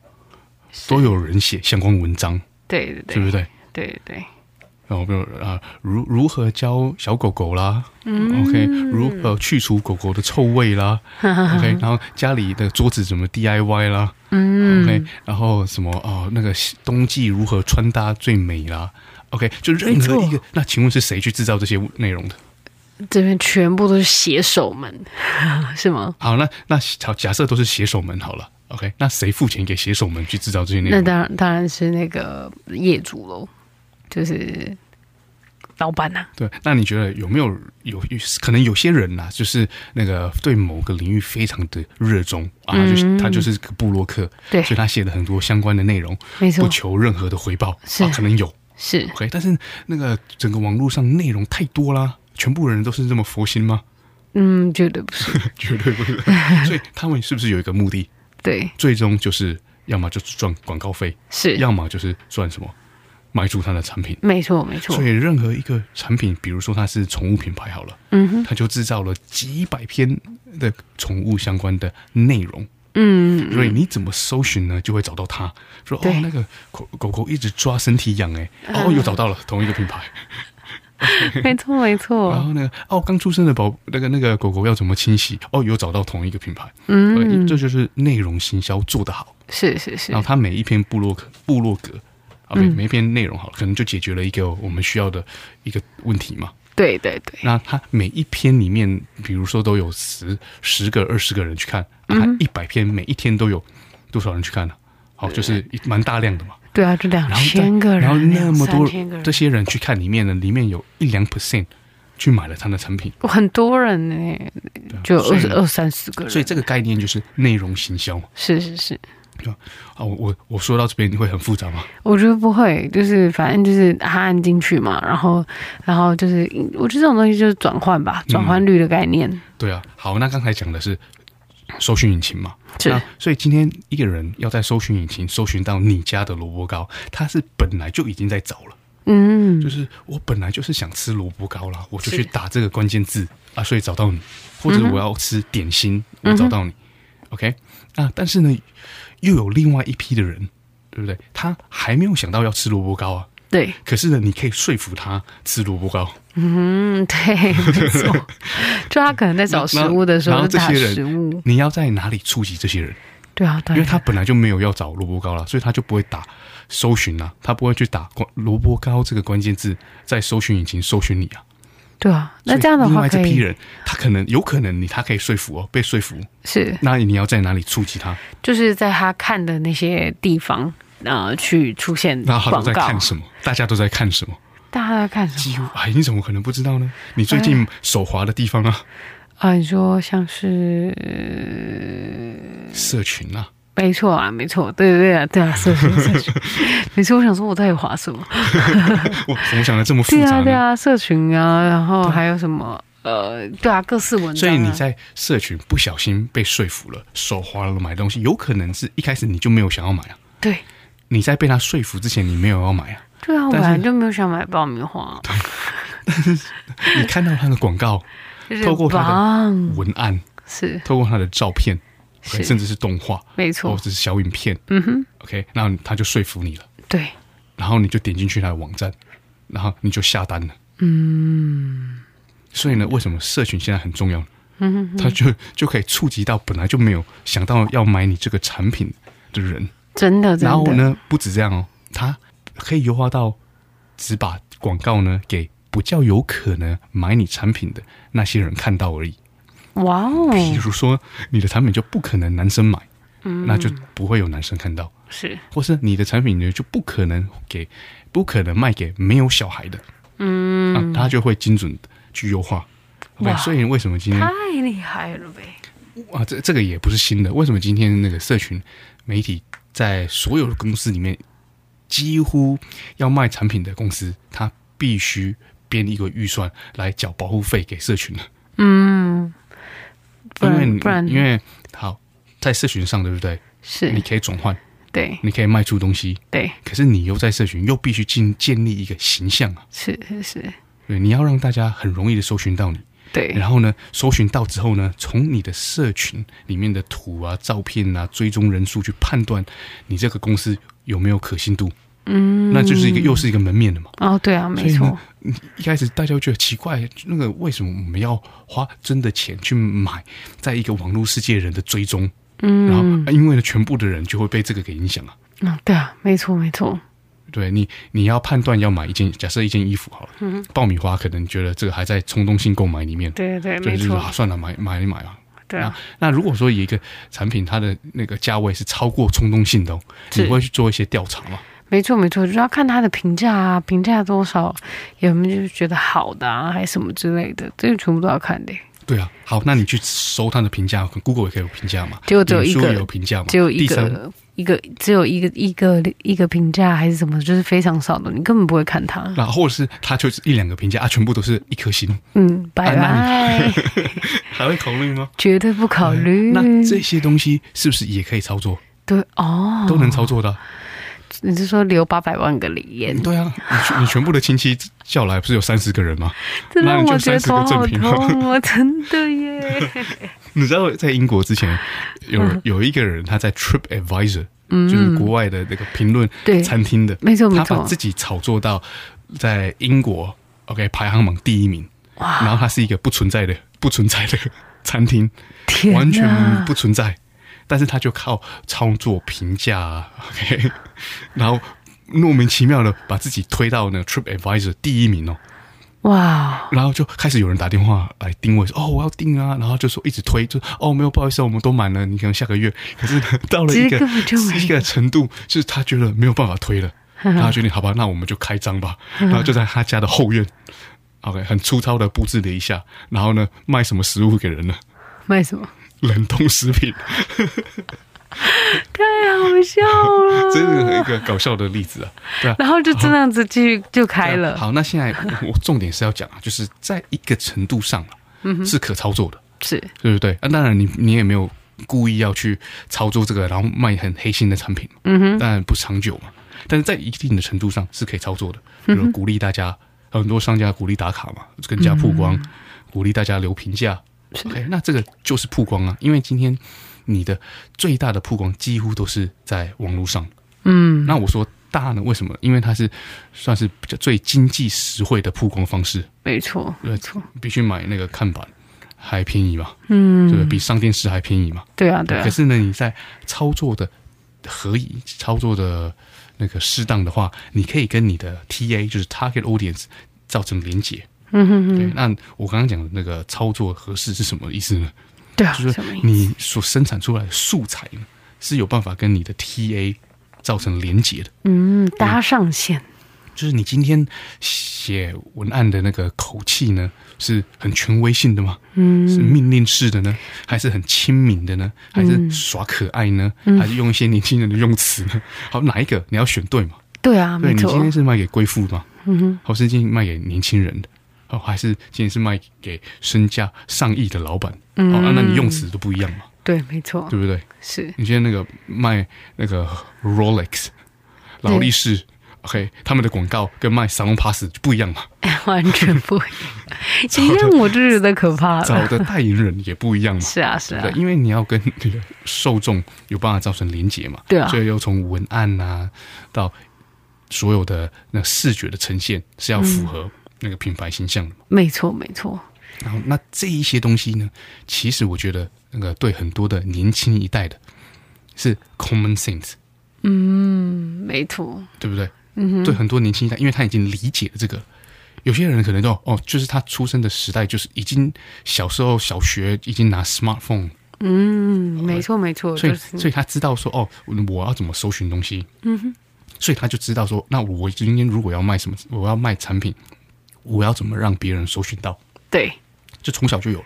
Speaker 1: 都有人写相关文章，
Speaker 2: 对对对，
Speaker 1: 对不
Speaker 2: 对？
Speaker 1: 对？
Speaker 2: 对对
Speaker 1: 然后比如啊，如如何教小狗狗啦、o k 如何去除狗狗的臭味啦，OK，然后家里的桌子怎么 DIY 啦，嗯，OK，然后什么哦，那个冬季如何穿搭最美啦，OK，就任何一个，那请问是谁去制造这些内容的？
Speaker 2: 这边全部都是写手们， 是吗？
Speaker 1: 好，那那好，假设都是写手们好了，OK，那谁付钱给写手们去制造这些内
Speaker 2: 那
Speaker 1: 容？
Speaker 2: 当然当然是那个业主喽，就是老板呐、
Speaker 1: 对，那你觉得有没有有有可能有些人呐、就是那个对某个领域非常的热衷啊，就是他就是个布洛克，
Speaker 2: 嗯对
Speaker 1: 所以他写了很多相关的内容，
Speaker 2: 没错
Speaker 1: 不求任何的回报，
Speaker 2: 是
Speaker 1: 啊，可能有
Speaker 2: 是
Speaker 1: OK，但是那个整个网络上内容太多啦，全部人都是这么佛心吗？
Speaker 2: 嗯，绝对不是，
Speaker 1: 绝对 不是，所以他们是不是有一个目的，
Speaker 2: 对，
Speaker 1: 最终就是要么就是赚广告费，
Speaker 2: 是
Speaker 1: 要么就是赚什么买主他的产品。
Speaker 2: 没错没错
Speaker 1: 所，以任何一个产品，比如说它是宠物品牌好了，嗯哼，它就制造了几百篇的宠物相关的内容，
Speaker 2: 嗯，
Speaker 1: 所以你怎么搜寻呢，就会找到它。说哦
Speaker 2: 对，嗯
Speaker 1: 那个狗狗狗一直抓身体痒哎、哦，又找到了同一个品牌。
Speaker 2: 没错没
Speaker 1: 然
Speaker 2: 错，
Speaker 1: 后那个哦，刚出生的宝那个那个狗狗要怎么清洗？哦，有找到同一个品牌。
Speaker 2: 嗯
Speaker 1: 呃这就是内容行销做得好。
Speaker 2: 是是是
Speaker 1: 然，后它每一篇部落格部落格啊，
Speaker 2: 嗯
Speaker 1: 每每一篇内容好了，可能就解决了一个我们需要的一个问题嘛。
Speaker 2: 对对对，
Speaker 1: 那它每一篇里面，比如说都有十十个、二十个人去看，
Speaker 2: 嗯
Speaker 1: 啊、它一百篇每一天都有多少人去看呢、啊好，就是一蛮大量的嘛。
Speaker 2: 对啊，就两
Speaker 1: 然后再
Speaker 2: 千个人，
Speaker 1: 然后那么
Speaker 2: 两
Speaker 1: 多
Speaker 2: 三千个人
Speaker 1: 这些人去看里面呢，里面有一两 percent 去买了他的产品，
Speaker 2: 很多人呢、就
Speaker 1: 啊所
Speaker 2: 二
Speaker 1: 以
Speaker 2: 十二三十个人，
Speaker 1: 所以这个概念就是内容行销嘛。
Speaker 2: 是是是，
Speaker 1: 啊，我我我说到这边你会很复杂吗？
Speaker 2: 我觉得不会，就是反正就是他按进去嘛，然后然后就是，我觉得这种东西就是转换
Speaker 1: 嗯
Speaker 2: 吧，转换率的概念，
Speaker 1: 对啊，好，那刚才讲的是搜寻引擎嘛，
Speaker 2: 是
Speaker 1: 那所以今天一个人要在搜寻引擎搜寻到你家的萝卜糕，他是本来就已经在找了。
Speaker 2: 嗯，
Speaker 1: 就是我本来就是想吃萝卜糕啦，我就是去打这个关键字啊，所以找到你，或
Speaker 2: 嗯
Speaker 1: 者我要吃点心，我找到你、o k 啊，但是呢，又有另外一批的人，对不对？他还没有想到要吃萝卜糕啊，
Speaker 2: 对，
Speaker 1: 可是呢，你可以说服他吃萝卜糕，
Speaker 2: 嗯，对，没错， 就他可能在找食物的时
Speaker 1: 然
Speaker 2: 候
Speaker 1: 后
Speaker 2: 就
Speaker 1: 这
Speaker 2: 打
Speaker 1: 些
Speaker 2: 食物
Speaker 1: 人，，你要在哪里触及这些人？
Speaker 2: 对啊，当
Speaker 1: 因为
Speaker 2: 然
Speaker 1: 他本来就没有要找萝卜糕了，所以他就不会打搜寻啊，他不会去打关萝卜糕这个关键字在搜寻引擎搜寻你啊。
Speaker 2: 对啊，那这样的
Speaker 1: 所以另
Speaker 2: 话
Speaker 1: 外
Speaker 2: 可
Speaker 1: 这批
Speaker 2: 以
Speaker 1: 人，他可能有可能你他可以说服哦，被说服，
Speaker 2: 是
Speaker 1: 那你要在哪里触及他？
Speaker 2: 就是在他看的那些地方。呃，去出现
Speaker 1: 那他都
Speaker 2: 广
Speaker 1: 在
Speaker 2: 告
Speaker 1: 看，什么？大家都在看什么？
Speaker 2: 大家在看什么？
Speaker 1: 哎，你怎么可能不知道呢？你最近手滑的地方啊，
Speaker 2: 啊，你说像是呃哎
Speaker 1: 社群啊，
Speaker 2: 没错啊，没错，对对对啊，对啊，社 群社群，每次我想说我到底划什么？
Speaker 1: 我怎么想的这么复
Speaker 2: 对
Speaker 1: 杂
Speaker 2: 啊，对
Speaker 1: 呢？
Speaker 2: 啊，社群啊，然后还有什么？呃，对啊，各式文章、啊。
Speaker 1: 所以你在社群不小心被说服了，手滑了买东西，有可能是一开始你就没有想要买啊，
Speaker 2: 对
Speaker 1: 你在被他说服之前你没有要买啊，
Speaker 2: 对啊，我
Speaker 1: 但
Speaker 2: 本
Speaker 1: 是
Speaker 2: 来就没有想买爆米花，
Speaker 1: 你看到他的广告，
Speaker 2: 就是
Speaker 1: 透过它的
Speaker 2: 棒，
Speaker 1: 文案，
Speaker 2: 是
Speaker 1: 透过他的照片，
Speaker 2: 嗯是
Speaker 1: 甚至是动画，
Speaker 2: 没
Speaker 1: 或
Speaker 2: 错，
Speaker 1: 哦者是小影片
Speaker 2: 嗯哼，
Speaker 1: ，OK，那他就说服你了，
Speaker 2: 对，
Speaker 1: 然后你就点进去他的网站，然后你就下单了。
Speaker 2: 嗯，
Speaker 1: 所以呢，为什么社群现在很重要呢？他就就可以触及到本来就没有想到要买你这个产品的人。
Speaker 2: 真的真
Speaker 1: 然后
Speaker 2: 的，
Speaker 1: 呢，不止这样哦，他可以优化到只把广告呢给不叫有可能买你产品的那些人看到而已。
Speaker 2: 哇哦，
Speaker 1: 比如说，你的产品就不可能男生买，
Speaker 2: 嗯
Speaker 1: 那就不会有男生看到。
Speaker 2: 是，
Speaker 1: 或是你的产品呢就不可能给，不可能卖给没有小孩的，
Speaker 2: 嗯，
Speaker 1: 啊，他就会精准地去优化。
Speaker 2: 哇
Speaker 1: OK，所以为什么今天
Speaker 2: 太厉害了呗，
Speaker 1: 啊，这这个也不是新的，为什么今天那个社群媒体在所有的公司里面，几乎要卖产品的公司，它必须编一个预算来缴保护费给社群呢？
Speaker 2: 嗯，不
Speaker 1: 因为
Speaker 2: 然
Speaker 1: 你
Speaker 2: 不然
Speaker 1: 因为好在社群上，对不对？你
Speaker 2: 是
Speaker 1: 可以转换，
Speaker 2: 对
Speaker 1: 你可以卖出东西，
Speaker 2: 对
Speaker 1: 可是你又在社群又必须建建立一个形象啊。
Speaker 2: 是是是，
Speaker 1: 对，你要让大家很容易的搜寻到你，
Speaker 2: 对
Speaker 1: 然后呢，搜寻到之后呢，从你的社群里面的图啊、照片啊、追踪人数去判断你这个公司有没有可信度，嗯，那就是一个又是一个门面的嘛。
Speaker 2: 哦对啊，没
Speaker 1: 所以
Speaker 2: 错
Speaker 1: 呢，你一开始大家会觉得奇怪，那个为什么我们要花真的钱去买在一个网络世界人的追踪？嗯，然后啊因为呢，全部的人就会被这个给影响啊。
Speaker 2: 嗯对啊，没错没错，
Speaker 1: 对你，你要判断要买一件，假设一件衣服好了，爆米花可能觉得这个还在冲动性购买里面，
Speaker 2: 对对
Speaker 1: 所
Speaker 2: 没
Speaker 1: 以就是
Speaker 2: 错
Speaker 1: 说，啊，算了，买买一买吧。
Speaker 2: 对啊。
Speaker 1: 那如果说有一个产品它的那个价位是超过冲动性的、哦，
Speaker 2: 是
Speaker 1: 你会去做一些调查嘛？
Speaker 2: 没错，没错，就是要看他的评价啊，评价多少，有没有就是觉得好的啊，还是什么之类的，这个全部都要看的。
Speaker 1: 对啊，好，那你去搜它的评价，Google 也可以有评价嘛，
Speaker 2: 结果只有一个
Speaker 1: 脸书也有评价嘛，
Speaker 2: 只有一
Speaker 1: 第三
Speaker 2: 个一个，只有一个一个一个评价还是什么，就是非常少的，你根本不会看它。
Speaker 1: 那或者是它就是一两个评价啊，全部都是一颗星，
Speaker 2: 嗯，
Speaker 1: 啊
Speaker 2: 拜
Speaker 1: 那
Speaker 2: 拜，
Speaker 1: 还会考虑吗？
Speaker 2: 绝对不考虑。
Speaker 1: 那这些东西是不是也可以操作？
Speaker 2: 对哦，
Speaker 1: 都能操作的啊、
Speaker 2: 你是说留八百万个留言，
Speaker 1: 对啊，你全你全部的亲戚叫来，不是有三十个人吗？
Speaker 2: 这让
Speaker 1: 那你就
Speaker 2: 我觉得
Speaker 1: 30个
Speaker 2: 头好
Speaker 1: 正品
Speaker 2: 痛啊！真的耶，
Speaker 1: 你知道在英国之前有
Speaker 2: 嗯
Speaker 1: 有一个人他在 Trip Advisor，、就是国外的那个评论
Speaker 2: 对
Speaker 1: 餐厅的，
Speaker 2: 没错没
Speaker 1: 他
Speaker 2: 错
Speaker 1: 把自己炒作到在英国 OK 排行榜第一名，然后他是一个不存在的不存在的 餐厅，
Speaker 2: 天哪
Speaker 1: 完全不存在，但是他就靠操作评价啊 OK，然 后莫名其妙的把自己推到那个 Trip Advisor 第一名哦。
Speaker 2: 哇，
Speaker 1: 然后就开始有人打电话来定位，说哦我要订啊，然后就说一直推，就哦没有不好意思啊，我们都满了，你可能下个月。可是到了一
Speaker 2: 其实
Speaker 1: 个
Speaker 2: 根本就没有
Speaker 1: 一个程度，就是他觉得没有办法推了， 然后他决定好吧，那我们就开张吧，然后就在他家的后院。OK，很粗糙的布置了一下，然后呢，卖什么食物给人呢？
Speaker 2: 卖 什么？
Speaker 1: 冷冻食品，
Speaker 2: 太好笑了，
Speaker 1: 这是一个搞笑的例子啊，对啊。
Speaker 2: 然后就这样子继续就开了，
Speaker 1: 好，那现在我我重点是要讲啊，就是在一个程度上啊，
Speaker 2: 嗯
Speaker 1: 是可操作的。
Speaker 2: 是
Speaker 1: 对不对？啊，当然你你也没有故意要去操作这个，然后卖很黑心的产品，嗯哼，当然不长久嘛。但是在一定的程度上是可以操作的，比如鼓励大家，很多商家鼓励打卡嘛，更加曝光，鼓励大家留评价。OK，那这个就是曝光啊，因为今天你的最大的曝光几乎都是在网络上。嗯，那我说大呢，为什么？因为它是算是比较最经济实惠的曝光方式。
Speaker 2: 没错，
Speaker 1: 对，呃必须买那个看板，还便宜嘛，嗯，对，比上电视还便宜嘛。
Speaker 2: 对啊对啊
Speaker 1: 可，是呢，你在操作的合宜、操作的那个适当的话，你可以跟你的 TA 就是 target audience 造成连结。
Speaker 2: 嗯哼哼，
Speaker 1: 对，那我刚刚讲的那个操作合适是什么意思呢？
Speaker 2: 对啊，
Speaker 1: 就是
Speaker 2: 什么意思
Speaker 1: 你所生产出来的素材呢，是有办法跟你的 TA 造成连结的。
Speaker 2: 嗯，搭上线，
Speaker 1: 就是你今天写文案的那个口气呢，是很权威性的吗？嗯，是命令式的呢，还是很亲民的呢？还是耍可爱呢？还是用一些年轻人的用词呢？ 好，哪一个你要选对嘛？
Speaker 2: 对啊，
Speaker 1: 对
Speaker 2: 没
Speaker 1: 你
Speaker 2: 错
Speaker 1: 今，天是卖给贵妇吗？嗯哼，或是今天卖给年轻人的？哦，还是今天是卖给身价上亿的老板？哦、啊那你用词都不一样嘛，
Speaker 2: 对，没错，
Speaker 1: 对不对？
Speaker 2: 是
Speaker 1: 你今天那个卖那个 Rolex 劳力士，OK，他们的广告跟卖 Salon Pass 就不一样嘛，
Speaker 2: 完全不一 样，你让我就觉得可怕
Speaker 1: 找
Speaker 2: 了，
Speaker 1: 的代言人也不一样嘛。
Speaker 2: 呃是啊是啊
Speaker 1: 对，，因为你要跟你的受众有办法造成连结嘛，
Speaker 2: 对啊
Speaker 1: 所以要从文案啊到所有的那视觉的呈现是要符
Speaker 2: 嗯
Speaker 1: 合那个品牌形象的嘛。
Speaker 2: 没错没错，
Speaker 1: 然后那这一些东西呢，其实我觉得那个对很多的年轻一代的是 common sense，
Speaker 2: 没错，
Speaker 1: 对不对？嗯，对很多年轻一代，因为他已经理解了这个。有些人可能就哦，就是他出生的时代，就是已经小时候小学已经拿 smartphone，
Speaker 2: 嗯，没错没错，
Speaker 1: 所
Speaker 2: 就
Speaker 1: 以
Speaker 2: 是
Speaker 1: 所以他知道说哦，我要怎么搜寻东西，嗯哼，所以他就知道说，那我今天如果要卖什么，我要卖产品，我要怎么让别人搜寻到，
Speaker 2: 对，
Speaker 1: 就从小就有了。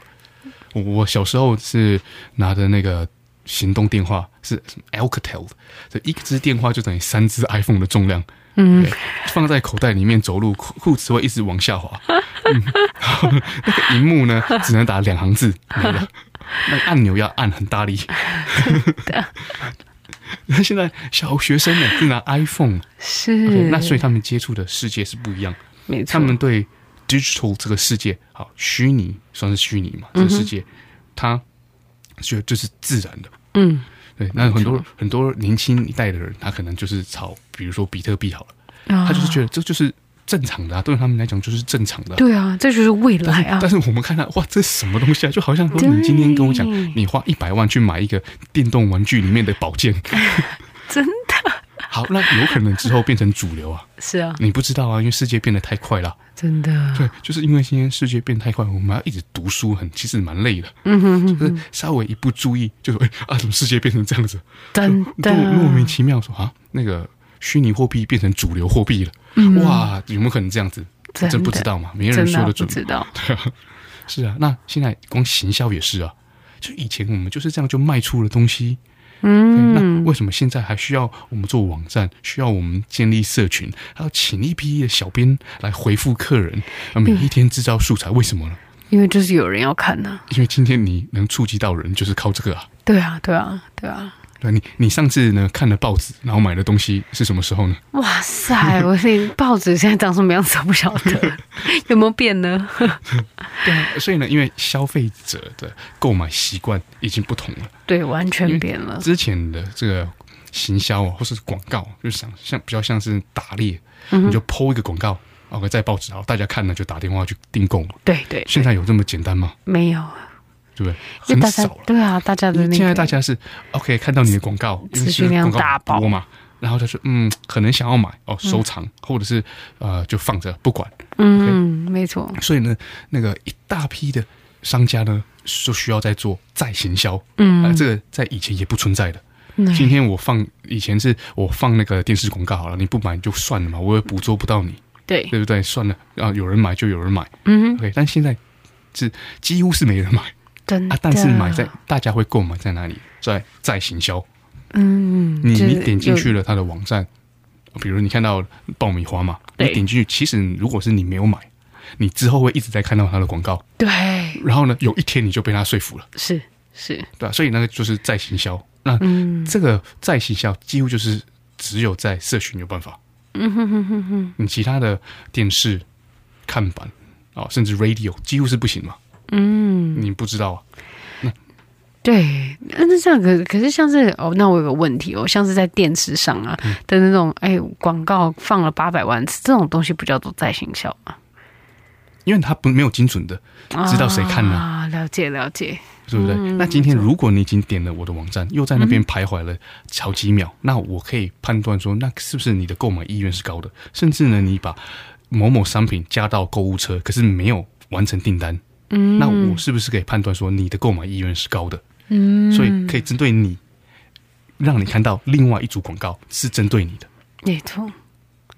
Speaker 1: 我我小时候是拿的那个行动电话是什么 Alcatel，的这一只电话就等于三只 iPhone 的重量。嗯，放在口袋里面走路，裤裤子会一直往下滑。嗯， 然后那个荧幕呢，只能打两行字，没了。那个按钮要按很大力。 那现在小学生呢，是拿 iPhone，、
Speaker 2: 是，
Speaker 1: 那所以他们接触的世界是不一样。
Speaker 2: 没错
Speaker 1: 他，们对 digital 这个世界，好虚拟算是虚拟
Speaker 2: 嗯
Speaker 1: 嘛，这个世界，它就就是自然的。
Speaker 2: 嗯，
Speaker 1: 对，那很多很多年轻一代的人，他可能就是炒，比如说比特币好了，
Speaker 2: 啊
Speaker 1: 他就是觉得这就是正常的、啊，对他们来讲就是正常的啊、
Speaker 2: 对啊，这就是未来啊
Speaker 1: 但，是我们看到哇，这是什么东西啊？就好像说
Speaker 2: 对
Speaker 1: 你今天跟我讲，你花一百万去买一个电动玩具里面的宝剑，
Speaker 2: 真的
Speaker 1: 好，那有可能之后变成主流啊？
Speaker 2: 是啊，
Speaker 1: 你不知道啊，因为世界变得太快了。
Speaker 2: 真的，
Speaker 1: 对，就是因为今天世界变太快，我们要一直读书很，其实蛮累的。嗯哼就是稍微一不注意，就是哎啊，怎么世界变成这样子？
Speaker 2: 真
Speaker 1: 莫
Speaker 2: 的，
Speaker 1: 莫名其妙说啊，那个虚拟货币变成主流货币了，哇，有没有可能这样子？
Speaker 2: 嗯真的
Speaker 1: 这不知道嘛，没有人
Speaker 2: 真
Speaker 1: 说得
Speaker 2: 的不
Speaker 1: 准。
Speaker 2: 知道，
Speaker 1: 对啊，是啊，那现在光行销也是啊，就以前我们就是这样就卖出了东西。嗯，那为什么现在还需要我们做网站，需要我们建立社群，还要请一批的小编来回复客人，啊，每一天制造素材？为什么呢？
Speaker 2: 因为就是有人要看呐、
Speaker 1: 因为今天你能触及到人，就是靠这个啊。
Speaker 2: 对啊，对啊，对啊！
Speaker 1: 对你，你上次呢看了报纸，然后买的东西是什么时候呢？
Speaker 2: 哇塞，我连报纸现在长什么样子都不晓得，有没有变呢？
Speaker 1: 对啊，所以呢，因为消费者的购买习惯已经不同了，
Speaker 2: 对，完
Speaker 1: 因
Speaker 2: 全
Speaker 1: 为
Speaker 2: 变了。
Speaker 1: 之前的这个行销啊，或是广告，就是想像比较像是打猎，
Speaker 2: 嗯
Speaker 1: 你就抛一个广告，OK，在报纸，然后大家看了就打电话去订购嘛。
Speaker 2: 对对，
Speaker 1: 现在有这么简单吗？
Speaker 2: 没有，
Speaker 1: 对不对？
Speaker 2: 因为
Speaker 1: 很
Speaker 2: 大家
Speaker 1: 少了。
Speaker 2: 对啊，大家的那个
Speaker 1: 现在大家是 OK 看到你的广告，因为
Speaker 2: 资
Speaker 1: 现
Speaker 2: 讯
Speaker 1: 在
Speaker 2: 量
Speaker 1: 广告
Speaker 2: 大爆
Speaker 1: 很多嘛，然后他说嗯，可能想要买哦，收藏、或者是呃就放着不管，
Speaker 2: 嗯，没错，
Speaker 1: 所以呢，那个一大批的商家呢，就需要在做再行销，
Speaker 2: 嗯
Speaker 1: 呃这个在以前也不存在的。
Speaker 2: 嗯
Speaker 1: 今天我放以前是我放那个电视广告好了，你不买就算了嘛，我也捕捉不到你，
Speaker 2: 对，
Speaker 1: 对不对？算了啊，有人买就有人买
Speaker 2: 嗯哼，
Speaker 1: ，OK。但现在是几乎是没人买
Speaker 2: 真的
Speaker 1: 啊，。但是买在大家会购买在哪里？在在行销，
Speaker 2: 嗯，
Speaker 1: 你
Speaker 2: 就是
Speaker 1: 你点进
Speaker 2: 有
Speaker 1: 去了他的网站，比如你看到爆米花嘛，你
Speaker 2: 对
Speaker 1: 点进去，其实如果是你没有买，你之后会一直在看到他的广告，
Speaker 2: 对，
Speaker 1: 然后呢，有一天你就被他说服了，
Speaker 2: 是是，
Speaker 1: 对啊吧、所以那个就是再行销。那
Speaker 2: 嗯
Speaker 1: 这个再行销几乎就是只有在社群有办法，
Speaker 2: 嗯哼哼哼哼，
Speaker 1: 你其他的电视、看板哦，甚至 radio 几乎是不行嘛，
Speaker 2: 嗯。
Speaker 1: 你不知道啊。
Speaker 2: 对，那那这样可可是像是哦，那我有个问题哦，像是在电视上啊
Speaker 1: 嗯
Speaker 2: 的那种哎广告放了八百万次，这种东西不叫做再行销吗？
Speaker 1: 因为他不没有精准的知道谁看了、
Speaker 2: 啊？了解了解，
Speaker 1: 对不对？那今天如果你已经点了我的网站，又在那边徘徊了好几秒，那我可以判断说，那是不是你的购买意愿是高的？甚至呢，你把某某商品加到购物车，可是没有完成订单，嗯，那我是不是可以判断说你的购买意愿是高的？嗯，所以可以针对你，让你看到另外一组广告是针对你的。
Speaker 2: 没错，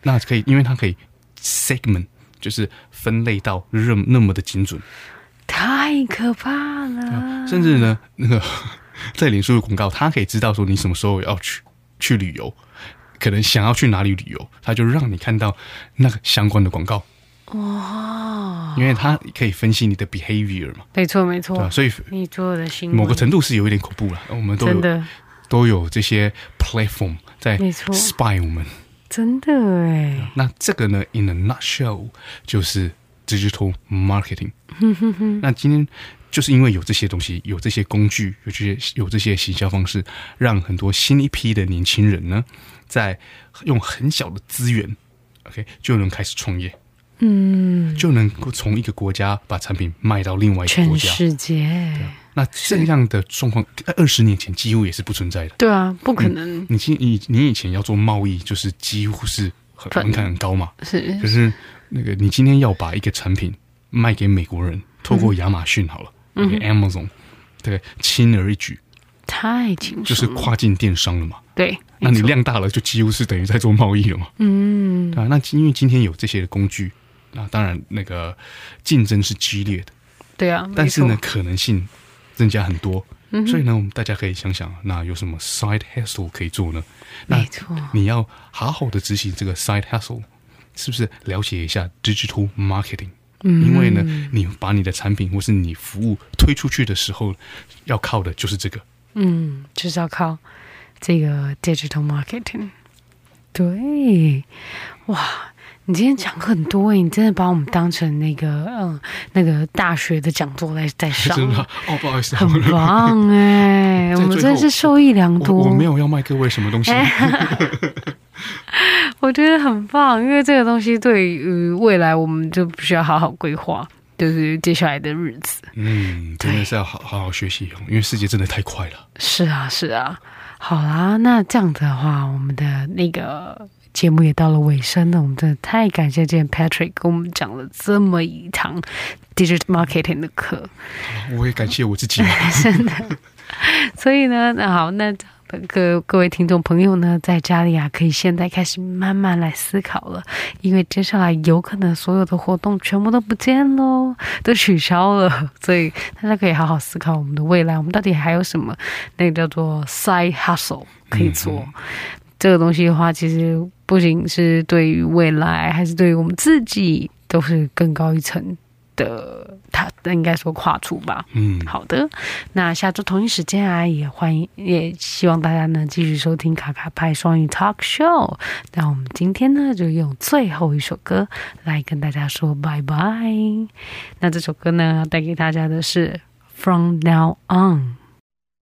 Speaker 1: 那可以，因为它可以 segment，就是分类到那么那么的精准。
Speaker 2: 太可怕了。
Speaker 1: 甚至呢，那个 在脸书的广告，他可以知道说你什么时候要去去旅游，可能想要去哪里旅游，他就让你看到那个相关的广告，
Speaker 2: 哇，
Speaker 1: 因为他可以分析你的 behavior 嘛，
Speaker 2: 没错没
Speaker 1: 对吧、
Speaker 2: 错，
Speaker 1: 所以
Speaker 2: 你做的新闻
Speaker 1: 某个程度是有一点恐怖了，我们都
Speaker 2: 嗯真
Speaker 1: 有
Speaker 2: 的
Speaker 1: 都有这些 platform 在
Speaker 2: 没错
Speaker 1: spy 我们。
Speaker 2: 真的哎，
Speaker 1: 那这个呢，in a nutshell 就是 digital marketing。那今天就是因为有这些东西，有这些工具，有这些有这些行销方式，让很多新一批的年轻人呢，在用很小的资源，OK 就能开始创业，
Speaker 2: 嗯，
Speaker 1: 就能够从一个国家把产品卖到另外一个
Speaker 2: 全
Speaker 1: 国家。
Speaker 2: 世界，
Speaker 1: 那这样的状况，呃二十年前几乎也是不存在的。
Speaker 2: 对啊，不可
Speaker 1: 嗯
Speaker 2: 能
Speaker 1: 你今你你以前要做贸易，就是几乎是很
Speaker 2: 反
Speaker 1: 门槛很高嘛，可
Speaker 2: 是
Speaker 1: 是那个你今天要把一个产品卖给美国人，透过亚马逊好了，嗯、给 Amazon，对，轻而易举，
Speaker 2: 太轻
Speaker 1: 就是
Speaker 2: 松了，
Speaker 1: 跨境电商了嘛。
Speaker 2: 对，
Speaker 1: 那你
Speaker 2: 没错
Speaker 1: 量大了，就几乎是等于在做贸易了嘛。
Speaker 2: 嗯
Speaker 1: 对啊，那因为今天有这些的工具，那当然那个竞争是激烈的，
Speaker 2: 对啊，没
Speaker 1: 但是呢，
Speaker 2: 错，
Speaker 1: 可能性增加很多。
Speaker 2: 嗯哼
Speaker 1: 所以呢，我们大家可以想想，那有什么 side hustle 可以做呢？那
Speaker 2: 没错，
Speaker 1: 你要好好的执行这个 side hustle，是不是了解一下 digital marketing？
Speaker 2: 嗯
Speaker 1: 因为呢，你把你的产品或是你服务推出去的时候，要靠的就是这个。
Speaker 2: 嗯，就是要靠这个 digital marketing。对，哇，你今天讲很多欸诶，你真的把我们当成那个嗯那个大学的讲座在在 上
Speaker 1: 真的
Speaker 2: 了
Speaker 1: 吗，哦，不好意思，
Speaker 2: 很棒 哎、
Speaker 1: 在
Speaker 2: 我们
Speaker 1: 最
Speaker 2: 真的
Speaker 1: 后
Speaker 2: 是受益良
Speaker 1: 我
Speaker 2: 多。
Speaker 1: 我没有要卖各位什么 东西，
Speaker 2: 我觉得很棒，因为这个东西对于未来我们就必须要好好规划，就是接下来的日子。
Speaker 1: 嗯，真的是要好好好学习哦，因为世界真的太快了。
Speaker 2: 是啊，是啊。好啦，那这样子的话，我们的那个节目也到了尾声了。我们真的太感谢今天 Patrick 跟我们讲了这么一堂 digital marketing 的课，
Speaker 1: 我也感谢我自己，
Speaker 2: 所以呢，那好，那这样的各各位听众朋友呢，在家里啊，可以现在开始慢慢来思考了，因为接下来有可能所有的活动全部都不见喽， 都取消了， 所以大家可以好好思考我们的未来，我们到底还有什么那个叫做 side hustle 可以做。这个东西的话，其实不仅是对于未来，还是对于我们自己，都是更高一层的踏应该说跨出吧。
Speaker 1: 嗯，
Speaker 2: 好的，那下周同一时间啊，也欢迎，也希望大家呢继续收听卡卡派双语 Talk Show。那我们今天呢，就用最后一首歌来跟大家说拜拜。那这首歌呢，带给大家的是 From Now On。